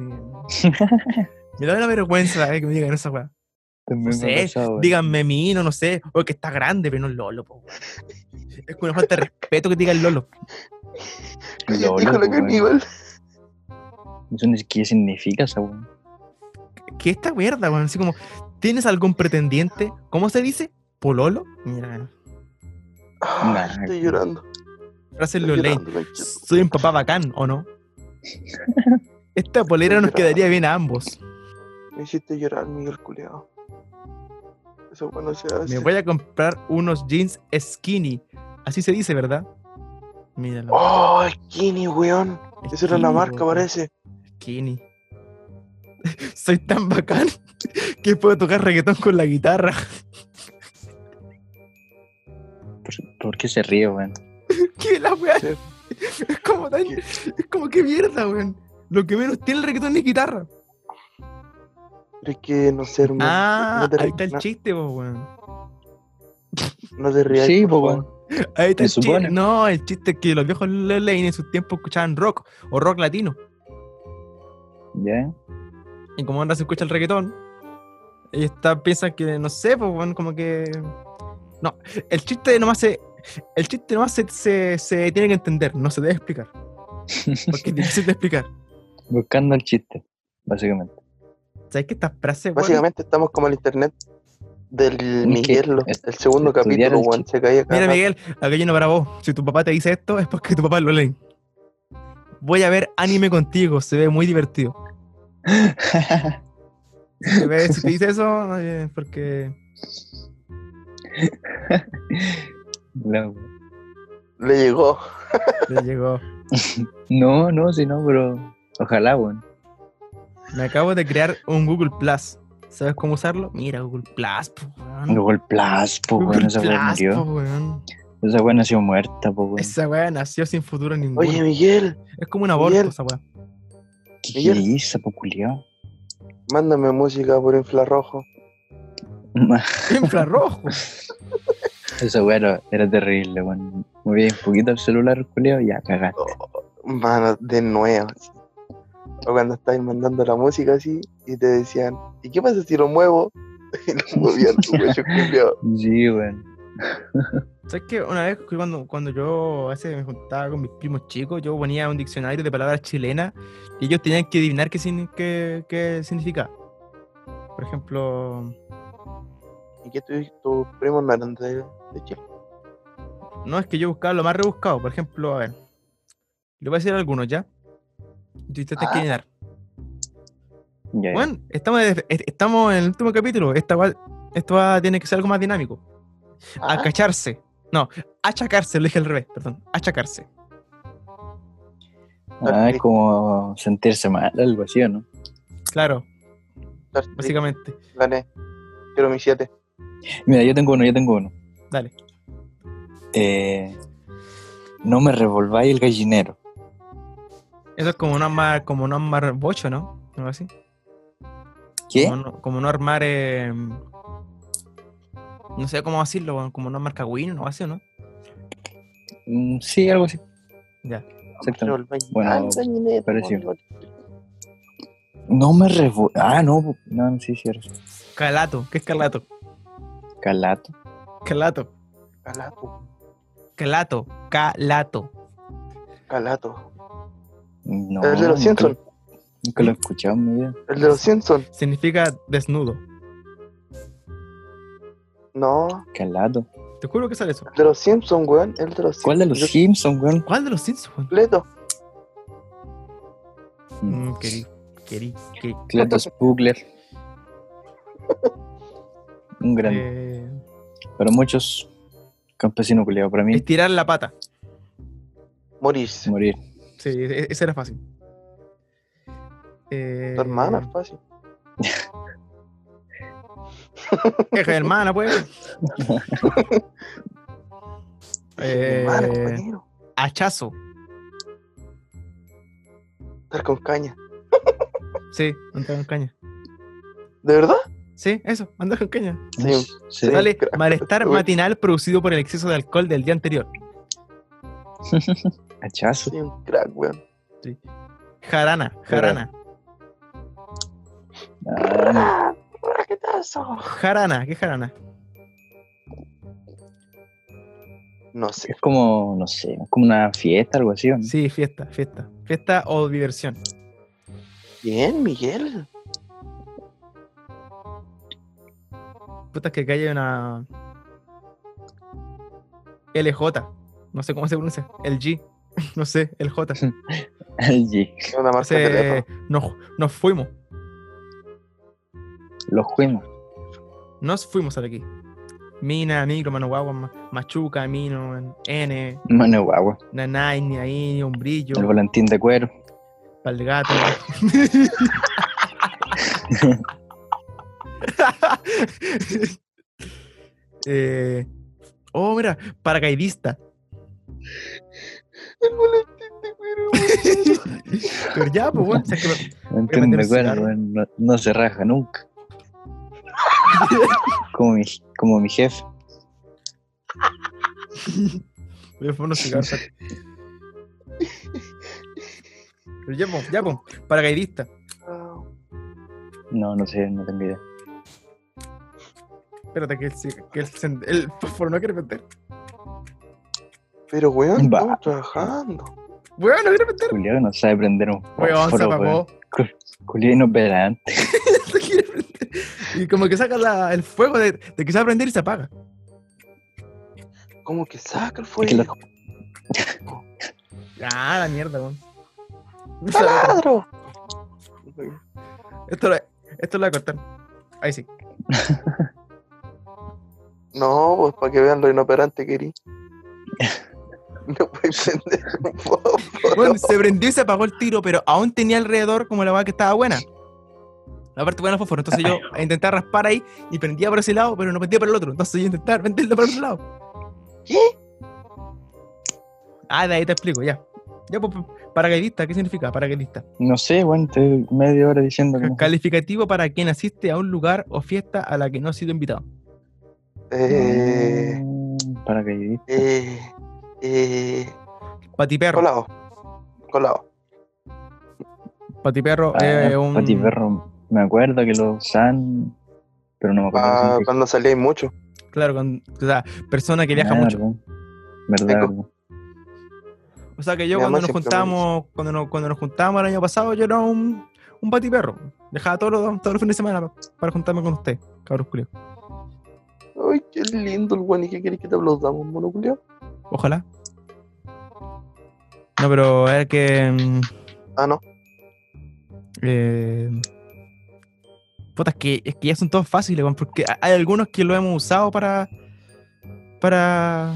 Me da una vergüenza eh, que me digan esa weá.
También
No
me ha
sé,
pasado, weón.
díganme Mino, no sé, o que está grande, pero no es Lolo. po, weón. Es una falta de respeto que digan Lolo.
Lolo,
Hijo de la
weón.
caníbal.
No sé ni qué significa esa weón.
¿Qué esta mierda, weón? Así como, ¿tienes algún pretendiente? ¿Cómo se dice? ¿Pololo? Mira,
Ah,
Nah.
Estoy llorando.
frase
Estoy
Lolain.
llorando, Raichu.
Soy un papá bacán, ¿o no? Esta polera nos quedaría bien a ambos.
Me hiciste llorar, Miguel Culeado. Eso bueno se hace.
Me voy a comprar unos jeans skinny. Así se dice, ¿verdad? Míralo.
Oh, skinny, weón. Esa era la
skinny,
marca,
weón.
parece.
Skinny. Soy tan bacán que puedo tocar reggaetón con la guitarra.
¿Por, por qué se ríe, weón?
¿Qué la weá?
Sí.
Es como tan. Es como que mierda, weón. Lo que menos tiene el reggaetón es guitarra.
Pero es que no sé, hermano.
Ah,
no te
ahí
ri-
está el
no-
chiste, po, weón.
No te rías.
Sí, pues, po,
por
weón.
favor.
Ahí está
Se
el chiste.
supone.
No, el chiste es que los viejos Lane en su tiempo escuchaban rock o rock latino.
Ya.
Y como ahora se escucha el reggaetón, ellos está- piensan que, no sé, pues, weón, como que. No, el chiste nomás se. El chiste nomás se, se, se tiene que entender, no se debe explicar. Porque es difícil de explicar.
Buscando el chiste, básicamente.
¿Sabes que estas frases, weón?
Básicamente estamos como el internet del Miguel,
Es-
el segundo
estudiar
capítulo,
el
weón. Se caía cada
Mira,
rato.
Miguel, aquello no para vos. Si tu papá te dice esto, es porque tu papá lo lee. Voy a ver anime contigo, se ve muy divertido. Si te, ve- si te dice eso, eh, porque.
La-
Le llegó.
Le llegó.
No, no, si no, pero ojalá, weón.
Me acabo de crear un Google Plus. ¿Sabes cómo usarlo? Mira, Google Plus, po, weón.
Luego el plaspo, weón.
Google
Esa weón
Plus,
murió.
po, weón.
Esa weón nació pues, muerta, po, weón.
Esa weá nació sin futuro ninguno.
Oye, Miguel,
es como un aborto
Miguel.
esa weá.
¿Qué
Miguel.
hizo, po, culiao?
mándame música por infrarrojo.
Infrarrojo.
Esa weá era, era terrible, weón. Moví un poquito el celular, culiao, y ya cagaste.
Mano, de nuevo. así. O cuando estáis mandando la música así y te decían, ¿y qué pasa si lo muevo? Lo movía tu pecho, culiao.
Sí, weón.
¿Sabes que una vez que cuando, cuando yo a veces me juntaba con mis primos chicos, yo ponía un diccionario de palabras chilenas y ellos tenían que adivinar qué, signi- qué, qué significa? Por ejemplo,
¿Y que tus tu primos no eran de, de Chile?
no es que yo buscaba lo más rebuscado. Por ejemplo, a ver, le voy a decir algunos ya. Y usted tiene que
Ah.
adivinar.
Ya, ya.
Bueno, estamos, de- est- estamos en el último capítulo. Esta, gua- esto va- tiene que ser algo más dinámico.
Ah,
Acacharse. No, achacarse, lo dije al revés, perdón. Achacarse.
Ah, es como sentirse mal, algo así, ¿o ¿no?
Claro,
Estar triste.
básicamente.
Ah, Gané. Quiero mi 7.
Mira, yo tengo uno, yo tengo uno.
Dale.
Eh, no me revolváis el gallinero.
Eso es como no armar, como no armar bocho, ¿no? Algo así.
¿Qué?
Como no, como no armar. eh, no sé cómo decirlo, weón, como no armar cagüino o así, ¿no?
Mm, Sí, algo así.
Ya.
Exactamente.
Ah,
Bueno, parecido. No me revolváis. Ah, no, po- no, sí, sí, eres.
Calato, ¿qué es calato?
Calato.
Calato,
Calato.
calato, calato.
Calato.
No.
El de los
nunca lo-
Simpsons.
Nunca lo he escuchado en mi vida.
El de los Simpsons.
Significa desnudo.
No.
Calato.
Te juro que sale eso.
El de los Simpsons, weón. El de los
¿Cuál de los
Simpsons.
Simpsons, weón?
¿Cuál de los Simpsons, weón?
Completo.
Mm,
Mm, querí, querí, que-
Cleto Spugler. Un grande.
eh,
Para muchos, campesino culiado. Para mí,
estirar la pata. Este-
Morirse.
morir.
Sí, e- esa era fácil. Eh,
Tu hermana, es fácil.
Es hermana, pues.
Tu hermana, pues.
eh,
compañero.
hachazo.
Estar con caña.
Sí, andar con caña.
¿De verdad?
Sí, eso, andar con caña.
Sí.
Sí.
Dale.
Dale, malestar
Uy.
matinal producido por el exceso de alcohol del día anterior.
Hachazo.
Soy un crack, weón.
Jarana, jarana.
Ah,
¡Ah! ¡Un raquetazo!
Jarana, ¿qué es jarana?
No sé.
es como, no sé, es como una fiesta, algo así, ¿o ¿no?
Sí, fiesta, fiesta. Fiesta o diversión.
Bien, Miguel.
Puta que calle una. LJ. No sé cómo se pronuncia. El G. No sé, el J.
Allí.
Es Una marca de
Entonces,
teléfono.
nos, nos fuimos.
Los juegos.
Nos fuimos de aquí. Mina, micro, mano guagua, Ma- machuca, mino, N,
Mano guagua.
nanay, ni ahí, un brillo,
El volantín de cuero.
pal de gato. Eh, oh, mira, paracaidista.
El boletín de cuero, weón.
Pero ya, pues bueno, si es que me-
Volantín
meter
de
un
cuero,
cigarro.
weón, no, no se raja nunca. como, mi, como mi jefe.
Voy a fumar unos cigarros. saco. Pero ya, pues, ya, pues, paracaidista.
Ah,
No, no sé, no tengo idea.
Espérate, que el, cig- que el, cen- el fósforo no quiere meter.
Pero, weón,
Va.
estamos trabajando.
Weón, no quiere meter.
Julián no sabe prender un
Weón, se
fósforo,
apagó.
weón. Julián no verán.
No quiere prender. y como que saca la- el fuego de, de que se va a prender y se apaga.
¿Cómo que saca el
Es que
fuego?
lo-
Ah, la mierda, weón.
¡Taladro!
Esto lo, esto lo voy a cortar. Ahí sí.
No, pues para que vean lo inoperante que eres. No puedes prender un fuego.
Bueno, se prendió y se apagó el tiro, pero aún tenía alrededor como la weá que estaba buena. La parte buena del fósforo. Entonces yo intenté raspar ahí y prendía por ese lado, pero no prendía por el otro. Entonces yo intenté prenderlo por el otro lado.
¿Qué?
Ah, de ahí te explico, ya. Ya, pues, paracaidista, ¿qué significa paracaidista?
No sé, weón, estoy media hora diciendo que.
Ca- Calificativo para quien asiste a un lugar o fiesta a la que no ha sido invitado.
Eh,
Para que
eh, eh.
Patiperro.
Colado. Colado.
Patiperro
Ah,
es Eh, un.
Patiperro, me acuerdo que los San pero no me acuerdo.
Ah,
de su
cuando salíais mucho.
Claro, con, o sea, persona que viaja
Ah,
mucho.
Verdad,
Eco.
verdad.
O sea que yo
Mi
cuando
mamá
nos
siempre me
juntábamos, cuando nos, cuando nos juntábamos el año pasado, yo era un, un batiperro. Dejaba todos los, todos los fines de semana para juntarme con usted, cabros culiao.
Ay, qué lindo el weón. ¿Y qué querés que te aplaudamos, mono culiao?
Ojalá. No, pero es que. mm,
Ah, no.
Eh, puta, es que, es que ya son todos fáciles, weón, porque ha- hay algunos que lo hemos usado para. para.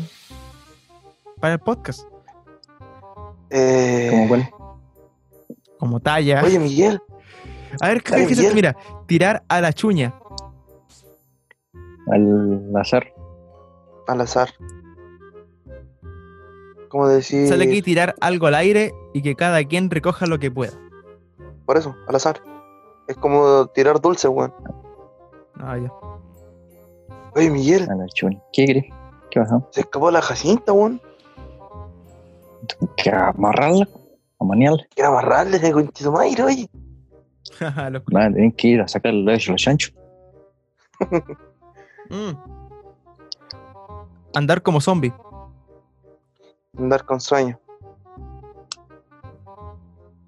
para el podcast.
Eh,
¿Cómo cuál?
Como talla.
Oye, Miguel.
a ver, ¿qué
ay,
qué es
bien.
esto? Mira, tirar a la chuña.
Al azar.
Al azar. ¿Cómo decir?
Sale
Eh,
aquí tirar algo al aire y que cada quien recoja lo que pueda.
Por eso, al azar. Es como tirar dulce, weón.
Ah, ya.
Oye, Miguel.
A la chun. ¿Qué crees? ¿Qué pasó?
Se escapó la Jacinta, weón.
¿Que amarrarla? ¿Amanearla?
Quiero amarrarle ese conchito madre, oye.
Jaja, los cu-
Van a tener que ir a sacarle a los chanchos.
Mm. Andar como zombie.
Andar con sueño.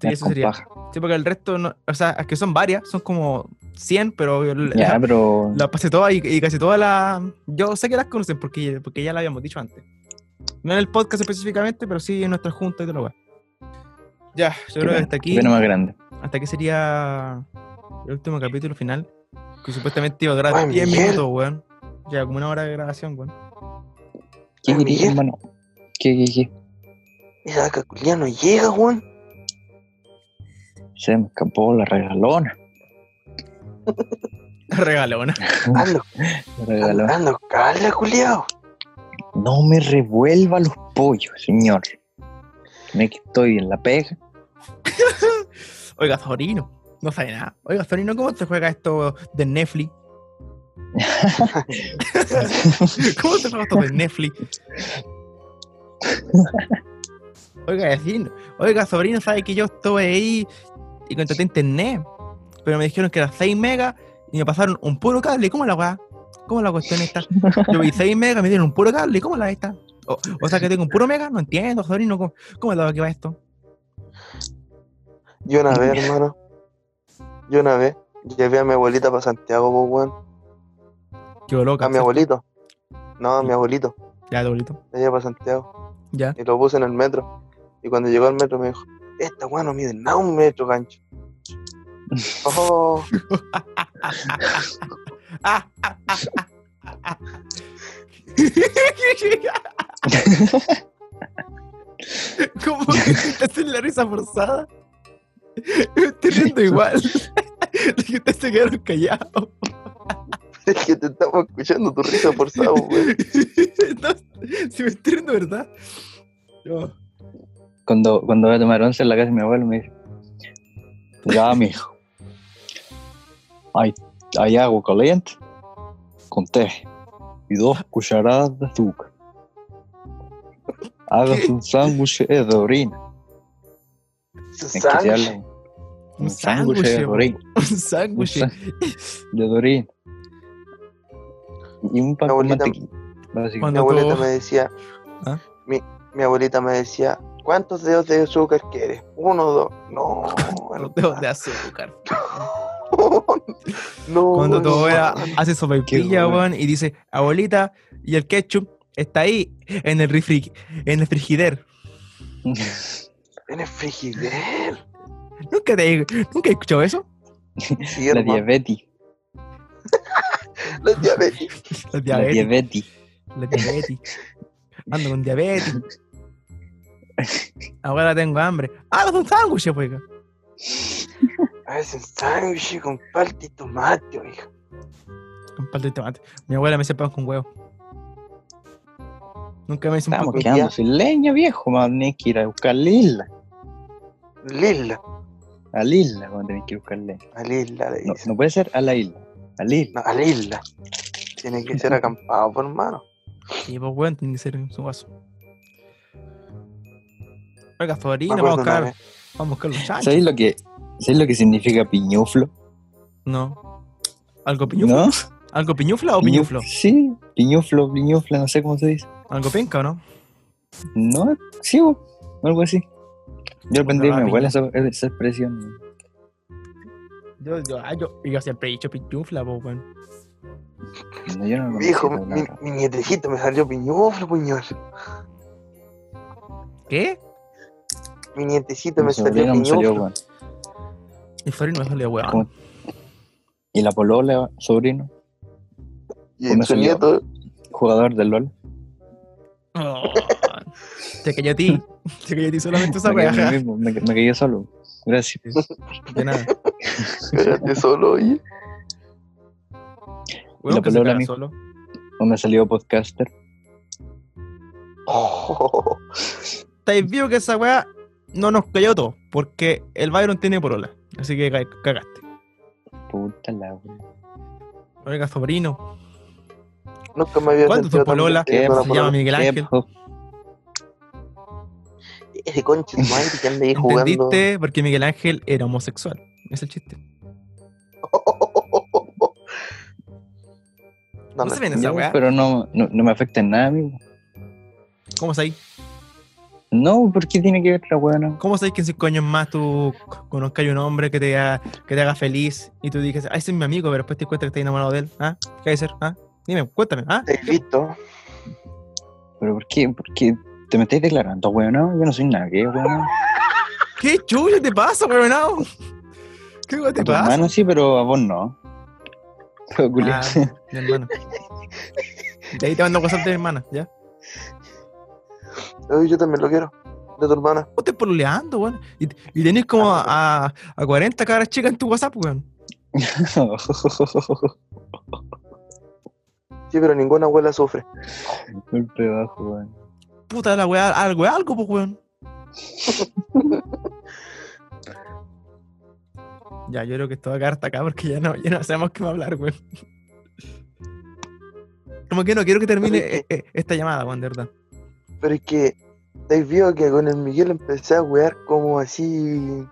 Sí,
Ya,
eso
con
sería.
paja.
Sí, porque el resto, no- o sea, es que son varias, son como 100, pero el-
Ya, pero.
La pasé toda y, y casi todas las. Yo sé que las conocen porque, porque ya la habíamos dicho antes. No en el podcast específicamente, pero sí en nuestra junta y todo lo demás. Ya, yo creo que hasta aquí.
Pero más grande.
Hasta aquí sería el último capítulo final. Que supuestamente iba a durar
Ay,
10
Miguel.
minutos, weón. Ya, como una hora de grabación, weón.
¿Qué
Ay,
querías,
Miguel.
hermano? ¿Qué, qué, qué?
Esa vaca culia no llega, weón.
Se me escapó la regalona.
Regalona.
Ando,
La
Ah.
regalona.
ando, cala, culiao.
No me revuelva los pollos, señor. Me que estoy en la pega.
Oiga, Zorino. No sabe nada. Oiga, Zorino, ¿cómo se juega esto de Netflix? ¿Cómo se juega esto de Netflix? Oiga, vecino. Oiga, sobrino, sabe que yo estuve ahí y contraté internet. Pero me dijeron que era 6 megas y me pasaron un puro cable. ¿Cómo la weá? ¿Cómo la cuestión esta? Yo vi 6 megas, me dieron un puro cable. ¿Cómo la esta? O, o sea que tengo un puro mega, no entiendo, sobrino. ¿Cómo, cómo es la que va esto?
Yo una vez, hermano. Yo una vez llevé a mi abuelita para Santiago, po, weón.
Qué loca.
A mi abuelito. No, a mi abuelito.
Ya, tu abuelito.
La llevé para Santiago.
Ya.
Y lo puse en el metro. Y cuando llegó al metro me dijo, esta weón no mide nada un metro, gancho. Oh,
Ah, ah, ah, ah, ah, ah. ¿Cómo que te haces la risa forzada? Me estoy riendo igual. Los que te se quedaron callados.
es que te estamos escuchando tu risa forzada, weón.
No, si me estoy riendo, ¿verdad? No.
Cuando, cuando voy a tomar once en la casa de mi abuelo, me dice: "Pues Ya, mijo. Hay, hay agua caliente con té y dos cucharadas de azúcar. Hágase un sándwich de orina. Es que se habla-
Un
Un
sándwich,
sándwich de
po.
orina.
Un sándwich.
Un de Dorín. Y un pan con
Abuelita-
mantequilla. básico.
Mi
Cuando
abuelita
tú-
me decía,
¿Ah?
mi, mi abuelita me decía, ¿cuántos dedos de azúcar quieres? Uno, dos. No,
Los dedos de azúcar.
no.
Cuando tu abuela
hermano.
hace sopaipilla,
Qué bueno.
weón, y dice, abuelita, y el ketchup está ahí, en el refri, en el frigider.
Tienes frigider.
¿Nunca te nunca he escuchado eso?
Sí,
La
hermano.
diabetes.
La diabetes.
La
La
diabetes.
diabetes.
La diabetes. Ando con diabetes. Ahora tengo hambre. ¡Ah, los un sándwich, pues!
A veces un sándwich con palta y tomate, hijo.
Con palta y tomate. Mi abuela me hace pan con huevo. Nunca me hizo un pan
Estamos
con
quedando sin leña, viejo. Vamos a tener que ir a buscar Lila.
Lila.
A Lila vamos a tener que ir a buscar leña.
A Lila le
No,
dice.
no puede ser a la isla. A Lila.
No, a Lila. Tiene que ser acampado, por hermano.
Sí, pues bueno, tiene que ser en su vaso. Oiga, Florina,
Me
vamos a
acuerdo
buscar,
una vez.
vamos a buscar los chanchos.
¿Sabéis lo que, ¿sabéis lo que significa piñuflo?
No. Algo piñuflo.
¿No?
¿Algo piñufla o piñuflo?
Sí, piñuflo, piñufla, no sé cómo se dice.
¿Algo penca o no?
No, sí, o algo así. Yo aprendí de
la
mi abuela
piña.
esa, esa expresión. weón.
Yo, yo, ah, yo, yo siempre he dicho piñufla, po, weón.
No, yo no
Mi
conocía
hijo,
esa
mi,
palabra.
mi nietecito me salió piñuflo, puñol.
¿Qué?
Mi nietecito
Mi
me salió
sobrina me salió,
piñuflo.
weón.
Mi sobrino me salió, weón.
¿Cómo? Y la polola, sobrino,
Y
pues me
su
salió.
nieto,
jugador de LOL.
Oh, te cayó a ti. Te cayó a ti solamente esa
Me quedé,
weá.
a mí mismo, me, me quedé solo. Gracias.
De nada.
espérate solo, oye.
Weón,
La
que se
palabra,
caga
amigo.
solo.
O me salió podcaster.
Oh,
Estáis vivo que esa weá no nos cayó todo. Porque el Byron tiene porola. Así que ca- cagaste.
Puta la wea.
Oiga, sobrino.
nunca me había
¿Cuánto
sentido
tu polola?
tan bien teniendo
¿Qué
una
Se llama Miguel Ángel.
Hip hop.
Ese conche de madre que anda ahí jugando.
¿Entendiste? Porque Miguel Ángel era homosexual. Es el chiste. ¿No
No, no,
se ven
Ya,
esa weá?
pero no, no, no me afecta en nada, amigo.
¿Cómo sabéis?
No, ¿por qué tiene que ver la weá? No?
¿Cómo sabéis que en cinco años más tú conozcas a un hombre que te, haga, que te haga feliz y tú dices, ah, ese es mi amigo, pero después te cuentas que estás enamorado de él? ¿Ah? ¿Qué hay que hacer? ¿Ah? Dime, cuéntame. ¿Ah?
¿Te has visto?
¿Pero por qué? ¿Por qué te me estáis declarando, weón? No, yo no soy nada gay, weón.
¿Qué chulo te pasa, weonao? ¿Qué weón
A
te
tu
pasa?
hermano sí, pero a vos no. Pero, culiao.
Ah, mi hermano. De ahí te mando cosas de mi hermana, ¿ya?
Ay, yo también lo quiero. De tu hermana.
Vos te pololeando, weón. Y, y tenés como
Ah,
a, a, a 40 caras chicas en tu WhatsApp, weón.
Sí, pero ninguna abuela sufre.
Golpe bajo, weón.
Puta la weá, algo es algo, pues, weón. ya, yo creo que esto va a quedar hasta acá porque ya no, ya no sabemos qué va a hablar, weón. Como que no quiero que termine
Pero es
eh, eh, esta llamada, weón, de verdad.
Pero es que, ¿te has visto que con el Miguel empecé a wear como así.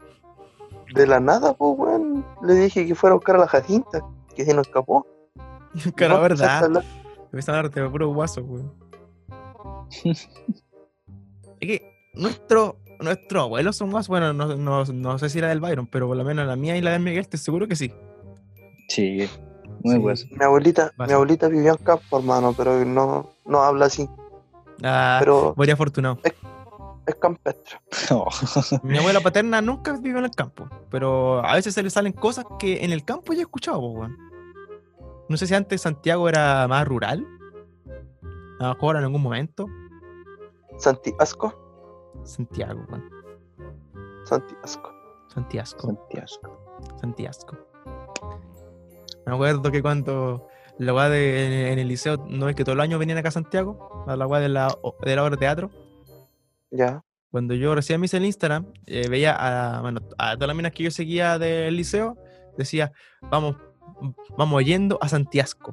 De la nada, pues, weón. Le dije que fuera a buscar a la Jacinta, que se nos escapó.
Cara,
No, empezaste a
verdad.
hablar.
Empieza a hablarte de puro guaso, weón. es que nuestro, nuestros abuelos son guasos. Bueno, no, no, no sé si la del Byron, pero por lo menos la mía y la de Miguel, te seguro que sí.
Sí, muy
Sí.
hueso.
Mi abuelita,
Vas.
mi abuelita vivió en campo, hermano, pero no, no habla así.
Ah,
Pero
Voy afortunado.
es campestre.
No.
Mi abuela paterna nunca vivió en el campo, pero a veces se le salen cosas que en el campo ya he escuchado, po, weón. No sé si antes Santiago era más rural. A lo mejor en algún momento.
Santi Asco,
Santiago, weón.
Santi Asco.
Santiasco.
Santiasco.
Santiasco. Me acuerdo que cuando la weá de en, en el liceo, no es que todos los años venían acá a Santiago, a la weá de la, o- de la obra de teatro.
Ya,
Cuando yo recién me hice el Instagram, eh, veía a, bueno, a todas las minas que yo seguía del liceo, decía, vamos, vamos yendo a Santiasco.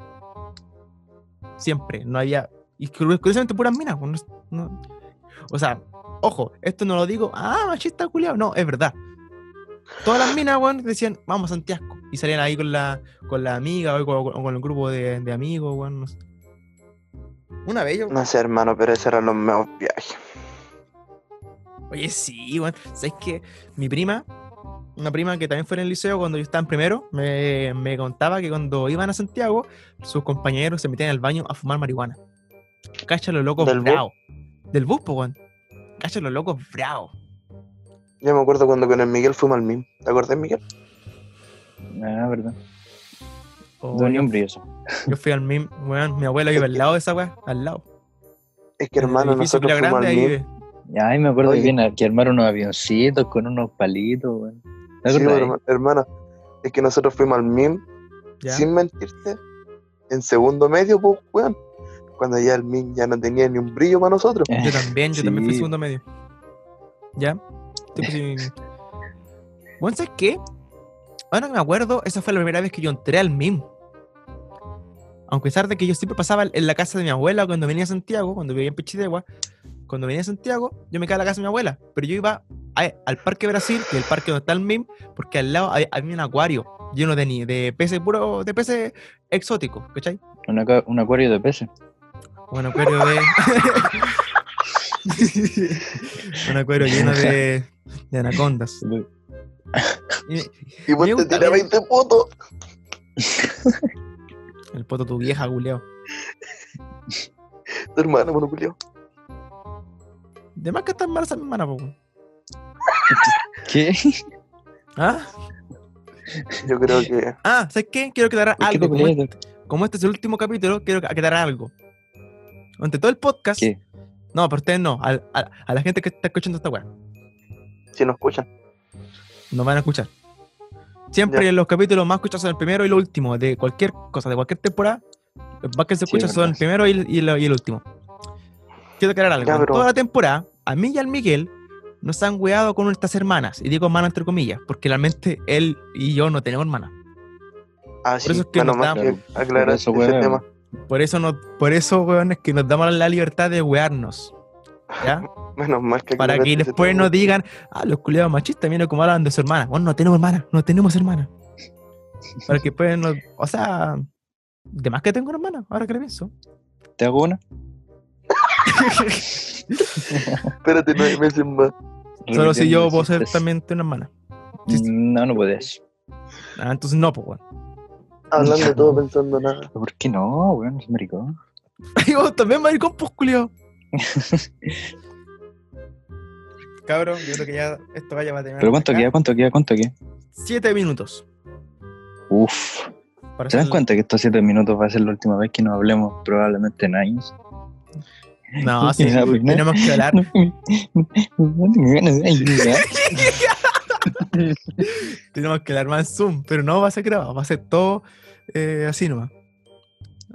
Siempre, no había. Y cur- curiosamente puras minas. pues, no- no- o sea, ojo, esto no lo digo, ah, machista culiao. No, es verdad. Todas las minas, weón, decían, vamos a Santiasco. Y salían ahí con la, con la amiga o con, o con el grupo de, de amigos, weón. no sé. Una vez yo,
no sé, hermano, pero esos eran los mejores viajes.
Oye, sí, weón. ¿Sabes qué? Mi prima, una prima que también fue en el liceo cuando yo estaba en primero, me, me contaba que cuando iban a Santiago, sus compañeros se metían al baño a fumar marihuana. Cacha los locos
¿Del bus?
bravos. Del bus, po, weón. Cacha los locos bravos.
Yo me acuerdo cuando con el Miguel fuimos al MIM. ¿Te acordás, Miguel?
Ah, verdad.
Oh,
Don
yo,
un brilloso.
yo fui al MIM, weón. Mi abuela vive al lado de esa weá, al lado.
Es que, hermano,
El edificio
nosotros
Villa
fuimos al
Grande, ahí
MIM.
vive.
Ay, me acuerdo
Oye.
bien que armaron unos avioncitos con unos palitos, weón. ¿Te
Sí,
acordás?
herma- hermano, es que nosotros fuimos al MIM,
Ya.
sin mentirte, en segundo medio, pues, weón. Cuando ya el MIM ya no tenía ni un brillo para nosotros.
Yo también, yo también fui
Sí.
segundo medio. ¿Ya? Tipo, sí. Bueno, ¿sabes qué? Ahora que me acuerdo, esa fue la primera vez que yo entré al MIM. Aunque a pesar de que yo siempre pasaba en la casa de mi abuela cuando venía a Santiago, cuando vivía en Pichidegua, cuando venía a Santiago, yo me quedaba en la casa de mi abuela. Pero yo iba a- al Parque Brasil, que es el parque donde está el MIM, porque al lado hay- había, un acuario. y uno de, ni- de peces puro, de peces exóticos, ¿cachai?
Un, acua- un acuario de peces.
Un acuario de. un acuario lleno de, de anacondas. Y-
Y vos
Me
te
gusta
tiras
ver-
20 fotos.
El poto tu vieja, guleo.
Tu pues, hermana, monoculio.
De más que está embarazada mi hermana, po. weón.
¿Qué?
¿Ah?
Yo creo que.
ah, ¿sabes qué? Quiero aclarar
¿Por qué
algo.
te
Como,
peleas?
como este es el último capítulo, quiero aclarar algo. Ante todo el podcast.
¿Qué?
No, pero ustedes no. al- al- a la gente que está escuchando esta weá.
Si nos escuchan.
nos van a escuchar. Siempre
Ya.
los capítulos más escuchados son el primero y el último, de cualquier cosa, de cualquier temporada. Los más que se
Sí,
escuchan son el
verdad.
primero y, el- y el- y el último. Quiero aclarar algo.
Ya,
En
pero-
Toda la temporada, a mí y al Miguel nos han weado con nuestras hermanas. Y digo hermanas entre comillas, porque realmente él y yo no tenemos hermanas.
Ah, sí.
eso es que
menos
nos
mal
damos-
que aclaraste
por eso,
ese
weón.
tema.
Por eso, no, por eso weón, es que nos damos la libertad de wearnos. ¿Ya?
Menos mal que
Para
aclaraste
que
ese
después
tema.
no digan, ah, los culiados machistas, miren cómo hablan de su hermana. Bueno, no tenemos hermana, no tenemos hermana. Para que después no. O sea, de más que tengo una hermana, ahora que lo pienso.
¿Te hago una?
Espérate nueve meses más.
Solo si yo puedo ser
Repitiendo
también una hermana.
chistes. No, no puedes.
Ah, entonces no, pues, weón.
Hablando todo pensando nada.
¿Por qué no, weón? Es maricón.
Y vos también, maricón, pues, culiao. Cabrón, yo creo que ya esto vaya a terminar.
¿Pero cuánto queda? ¿Cuánto queda? ¿Cuánto queda?
Siete minutos.
Uf.
Para
¿Se dan
hacer-
cuenta que estos siete minutos va a ser la última vez que nos hablemos probablemente en años?
No, sí,
Y la primera-
tenemos que hablar.
No tengo ganas de ayudar.
Tenemos que armar en Zoom, pero no va a ser grabado, va a ser todo eh, así nomás.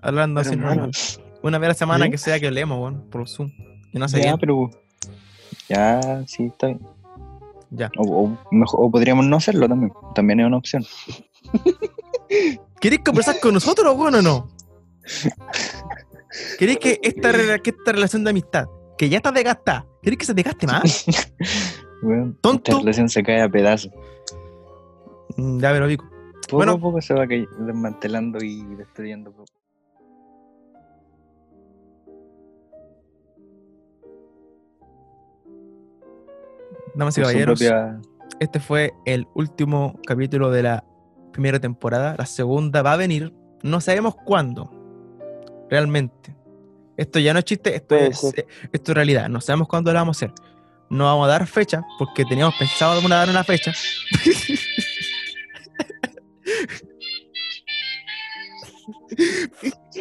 Hablando
Pero,
así
hermano,
nomás. Una vez a la semana
¿Sí?
que sea que leemos, weón, por Zoom. Y no sé
Ya,
bien.
pero. Ya, sí, está bien.
Ya.
O, o mejor- o podríamos no hacerlo también. También es una opción.
¿Queréis conversar con nosotros, weón, o no? ¿Queréis que esta, rela- que esta relación de amistad, que ya está desgastada, ¿queréis que se desgaste más?
Weón,
Tonto.
Esta relación se cae a pedazos.
Mm, ya, pero pico.
Poco
Bueno.
a poco se va cay- desmantelando y destruyendo.
Damas y
Con su
caballeros,
propia-
este fue el último capítulo de la primera temporada. La segunda va a venir, no sabemos cuándo, realmente. Esto ya no es chiste, esto
Puede
es,
ser.
eh, esto es realidad. No sabemos cuándo la vamos a hacer. No vamos a dar fecha porque teníamos pensado de una- dar una fecha.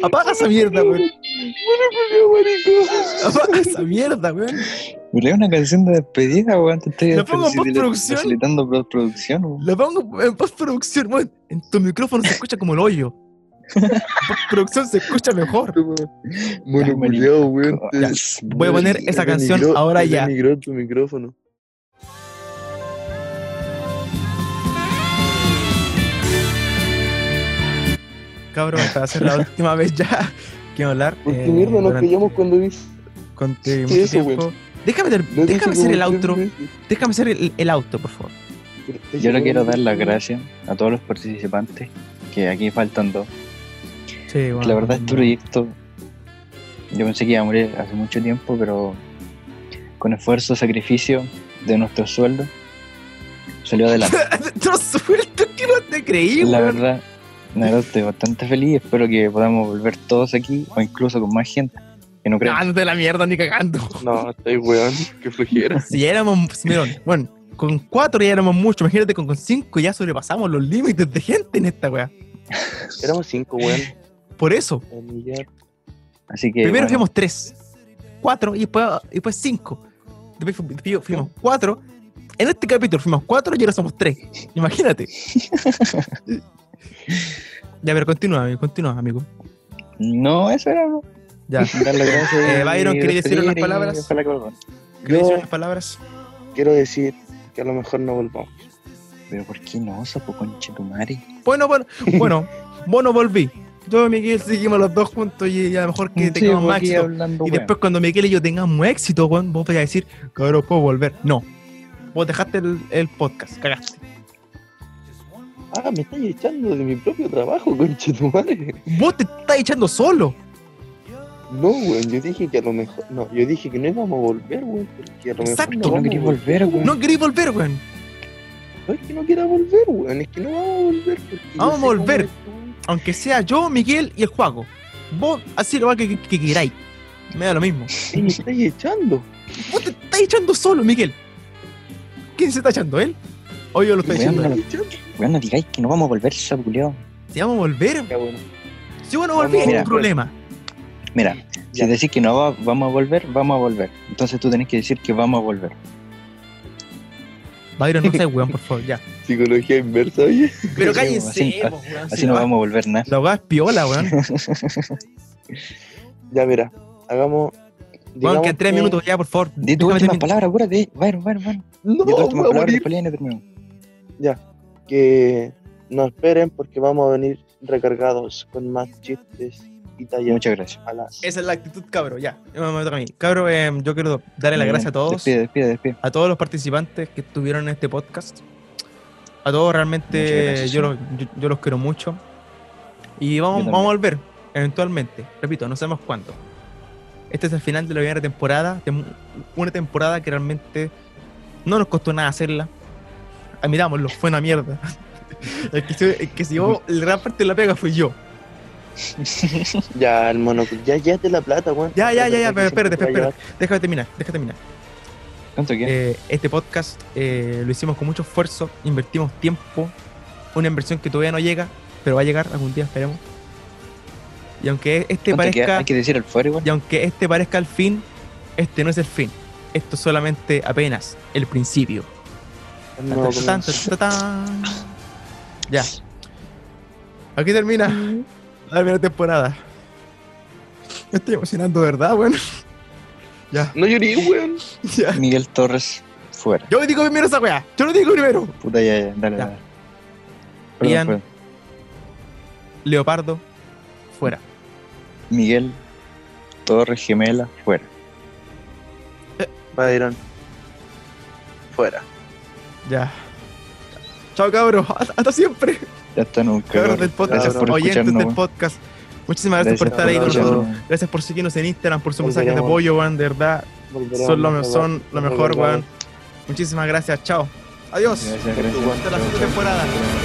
Apaga esa mierda, weón. Apaga esa mierda, weón.
Lee una canción de despedida, weón. Te estoy
La pongo en
facil-
postproducción.
facilitando postproducción, weón.
La pongo en postproducción, weón. En tu micrófono se escucha como el hoyo. En postproducción se escucha mejor.
Bueno, culiao, weón. te-
Ya,
Voy a poner esa
te
canción
denigró-
ahora
te
ya.
denigró tu micrófono.
Cabrón, esta va a ser la última vez ya que voy a hablar.
¿Por qué
eh,
mierda nos
durante-
callamos cuando dices
con-
¿Qué
mucho
es eso,
tiempo. Déjame, ter-
No dice
déjame hacer
como
el
tres
outro.
veces.
Déjame hacer el, el outro, por favor.
Yo le quiero dar las gracias a todos los participantes, que aquí faltan dos.
Sí,
Que la verdad, este proyecto, yo pensé que iba a morir hace mucho tiempo, pero con esfuerzo, sacrificio de nuestro sueldo, salió adelante.
Nuestro suelto, que no te creí,
la
weón.
verdad, la verdad, estoy bastante feliz. Espero que podamos volver todos aquí, o incluso con más gente. Que no creo.
No, no te la mierda ni cagando.
No, estoy weón. Que flojera.
Si ya éramos, miren, bueno, con cuatro ya éramos mucho. Imagínate, con, con cinco ya sobrepasamos los límites de gente en esta weá.
Éramos cinco, weón.
Por eso,
Así que.
Primero
bueno,
fuimos tres, cuatro y después, y después cinco. Después fu- fu- fuimos cuatro. En este capítulo fuimos cuatro y ahora somos tres. Imagínate. ya, pero continúa, amigo, continúa, amigo.
No, eso era. ¿no?
Ya.
Dar las gracias
Eh, Byron,
y
¿quería decir
despedir
unas
y
palabras?
ojalá que volvamos.
¿Querés
Yo-
decir unas palabras?
Quiero decir que a lo mejor no volvamos.
Pero ¿por qué no, sapo conche tu madre?
Bueno, bueno, bueno, bueno, volví. Yo y Miguel seguimos los dos juntos y a lo mejor que tengamos
pues,
más éxito.
hablando,
Pues
Y después cuando Miguel y yo tengamos éxito, weón, vos vais a decir, cabrón, puedo volver. No. Vos dejaste el, el podcast, cagaste.
Ah, me estáis echando de mi propio trabajo, conche tu madre.
Vos te estás echando solo.
No, weón, yo dije que a lo mejor. No, yo dije que no íbamos a volver, weón. Porque a lo
Exacto,
mejor.
no
vamos a
quería volver, weón.
No querís volver, weón.
No es que no quiera volver, weón. Es que no vamos a volver. porque yo
Vamos a
sé cómo
volver.
eres tú, weón.
Aunque sea yo, Miguel y el Juaco. Vos así lo va que, que queráis. Me da lo mismo.
Y me estáis echando.
Vos te estás echando solo, Miguel. ¿Quién se está echando? ¿Él? O yo lo estoy
Me
echando. a él.
estáis echando.
Weón, no digáis que no vamos a volver, sapo culiao.
Si vamos a volver,
Ya, bueno.
si vos no volvés,
Mira.
es un problema.
Mira,
Ya.
si decís que no va- vamos a volver, vamos a volver. Entonces tú tenés que decir que vamos a volver.
Byron, no sé, weón, por favor, ya.
Psicología inversa, oye.
Pero
Sí,
cállense,
así-
po, weón,
Así
si
no
la-
vamos a volver nada.
La hogada es piola, weón.
Ya, mira, hagamos.
Weón,
digamos
que en tres
que-
minutos ya, por favor.
Di tu
déjame
última
terminar.
palabra, acuérdate. Byron, Byron, Byron.
No,
Di tu última
voy a
palabra
morir.
después ya no terminamos.
que no esperen porque vamos a venir recargados con más chistes y tallas
Muchas gracias.
a las.
Esa es la actitud, cabro, ya. Me toca a mí. Cabro, eh, yo quiero darle
Mm,
las gracias a todos.
Despide, despide, despide.
a todos los participantes que estuvieron en este podcast. A todos
Muchas
realmente
gracias.
yo los, yo, yo los quiero mucho. Y vamos,
Yo
vamos a volver eventualmente. Repito, no sabemos cuándo. Este es el final de la primera temporada. tem- Una temporada que realmente no nos costó nada hacerla. Admirámoslo, fue una mierda. El que, se- el que se llevó la gran parte de la pega fui yo.
Ya, el mono, ya, ya te la plata, weón.
Ya, ya, ya, ya, pero
Porque siempre
espérate,
te va a
espérate. Déjame terminar, déjame terminar.
¿Cuánto queda?
Eh, este podcast eh, lo hicimos con mucho esfuerzo, invertimos tiempo, una inversión que todavía no llega, pero va a llegar algún día, esperemos. Y aunque este
¿Cuánto queda?
parezca,
Hay que decir el fuera igual.
y aunque este parezca el fin, este no es el fin. Esto es solamente apenas el principio.
llegar un nuevo
Tan,
comienzo.
tan, tan, tan. Ya. Aquí termina la primera temporada. Me estoy emocionando, ¿verdad? Bueno. Ya,
No llorí, weón.
ya.
Miguel Torres, fuera.
Yo digo primero esa weá. Yo lo digo primero.
Puta, ya, ya, dale,
Ya.
dale. Perdón,
Ian.
perdón.
Leopardo, fuera.
Miguel Torres Gemela, fuera.
Byron. Fuera.
Ya. Chao, cabros. Hasta hasta siempre.
Ya está nunca.
Cabros del podcast.
Gracias por
oyentes
escucharnos.
del podcast. Muchísimas gracias, por estar ahí con
por
nosotros.
escucharnos.
Gracias por seguirnos en Instagram, por su mensaje de
Volveremos.
apoyo, weón. De verdad,
Volveremos,
son lo,
weón.
son lo mejor, weón. Muchísimas gracias. Chao. Adiós.
Gracias,
Hasta la
gracias.
Hasta la segunda temporada.
Chao, chao.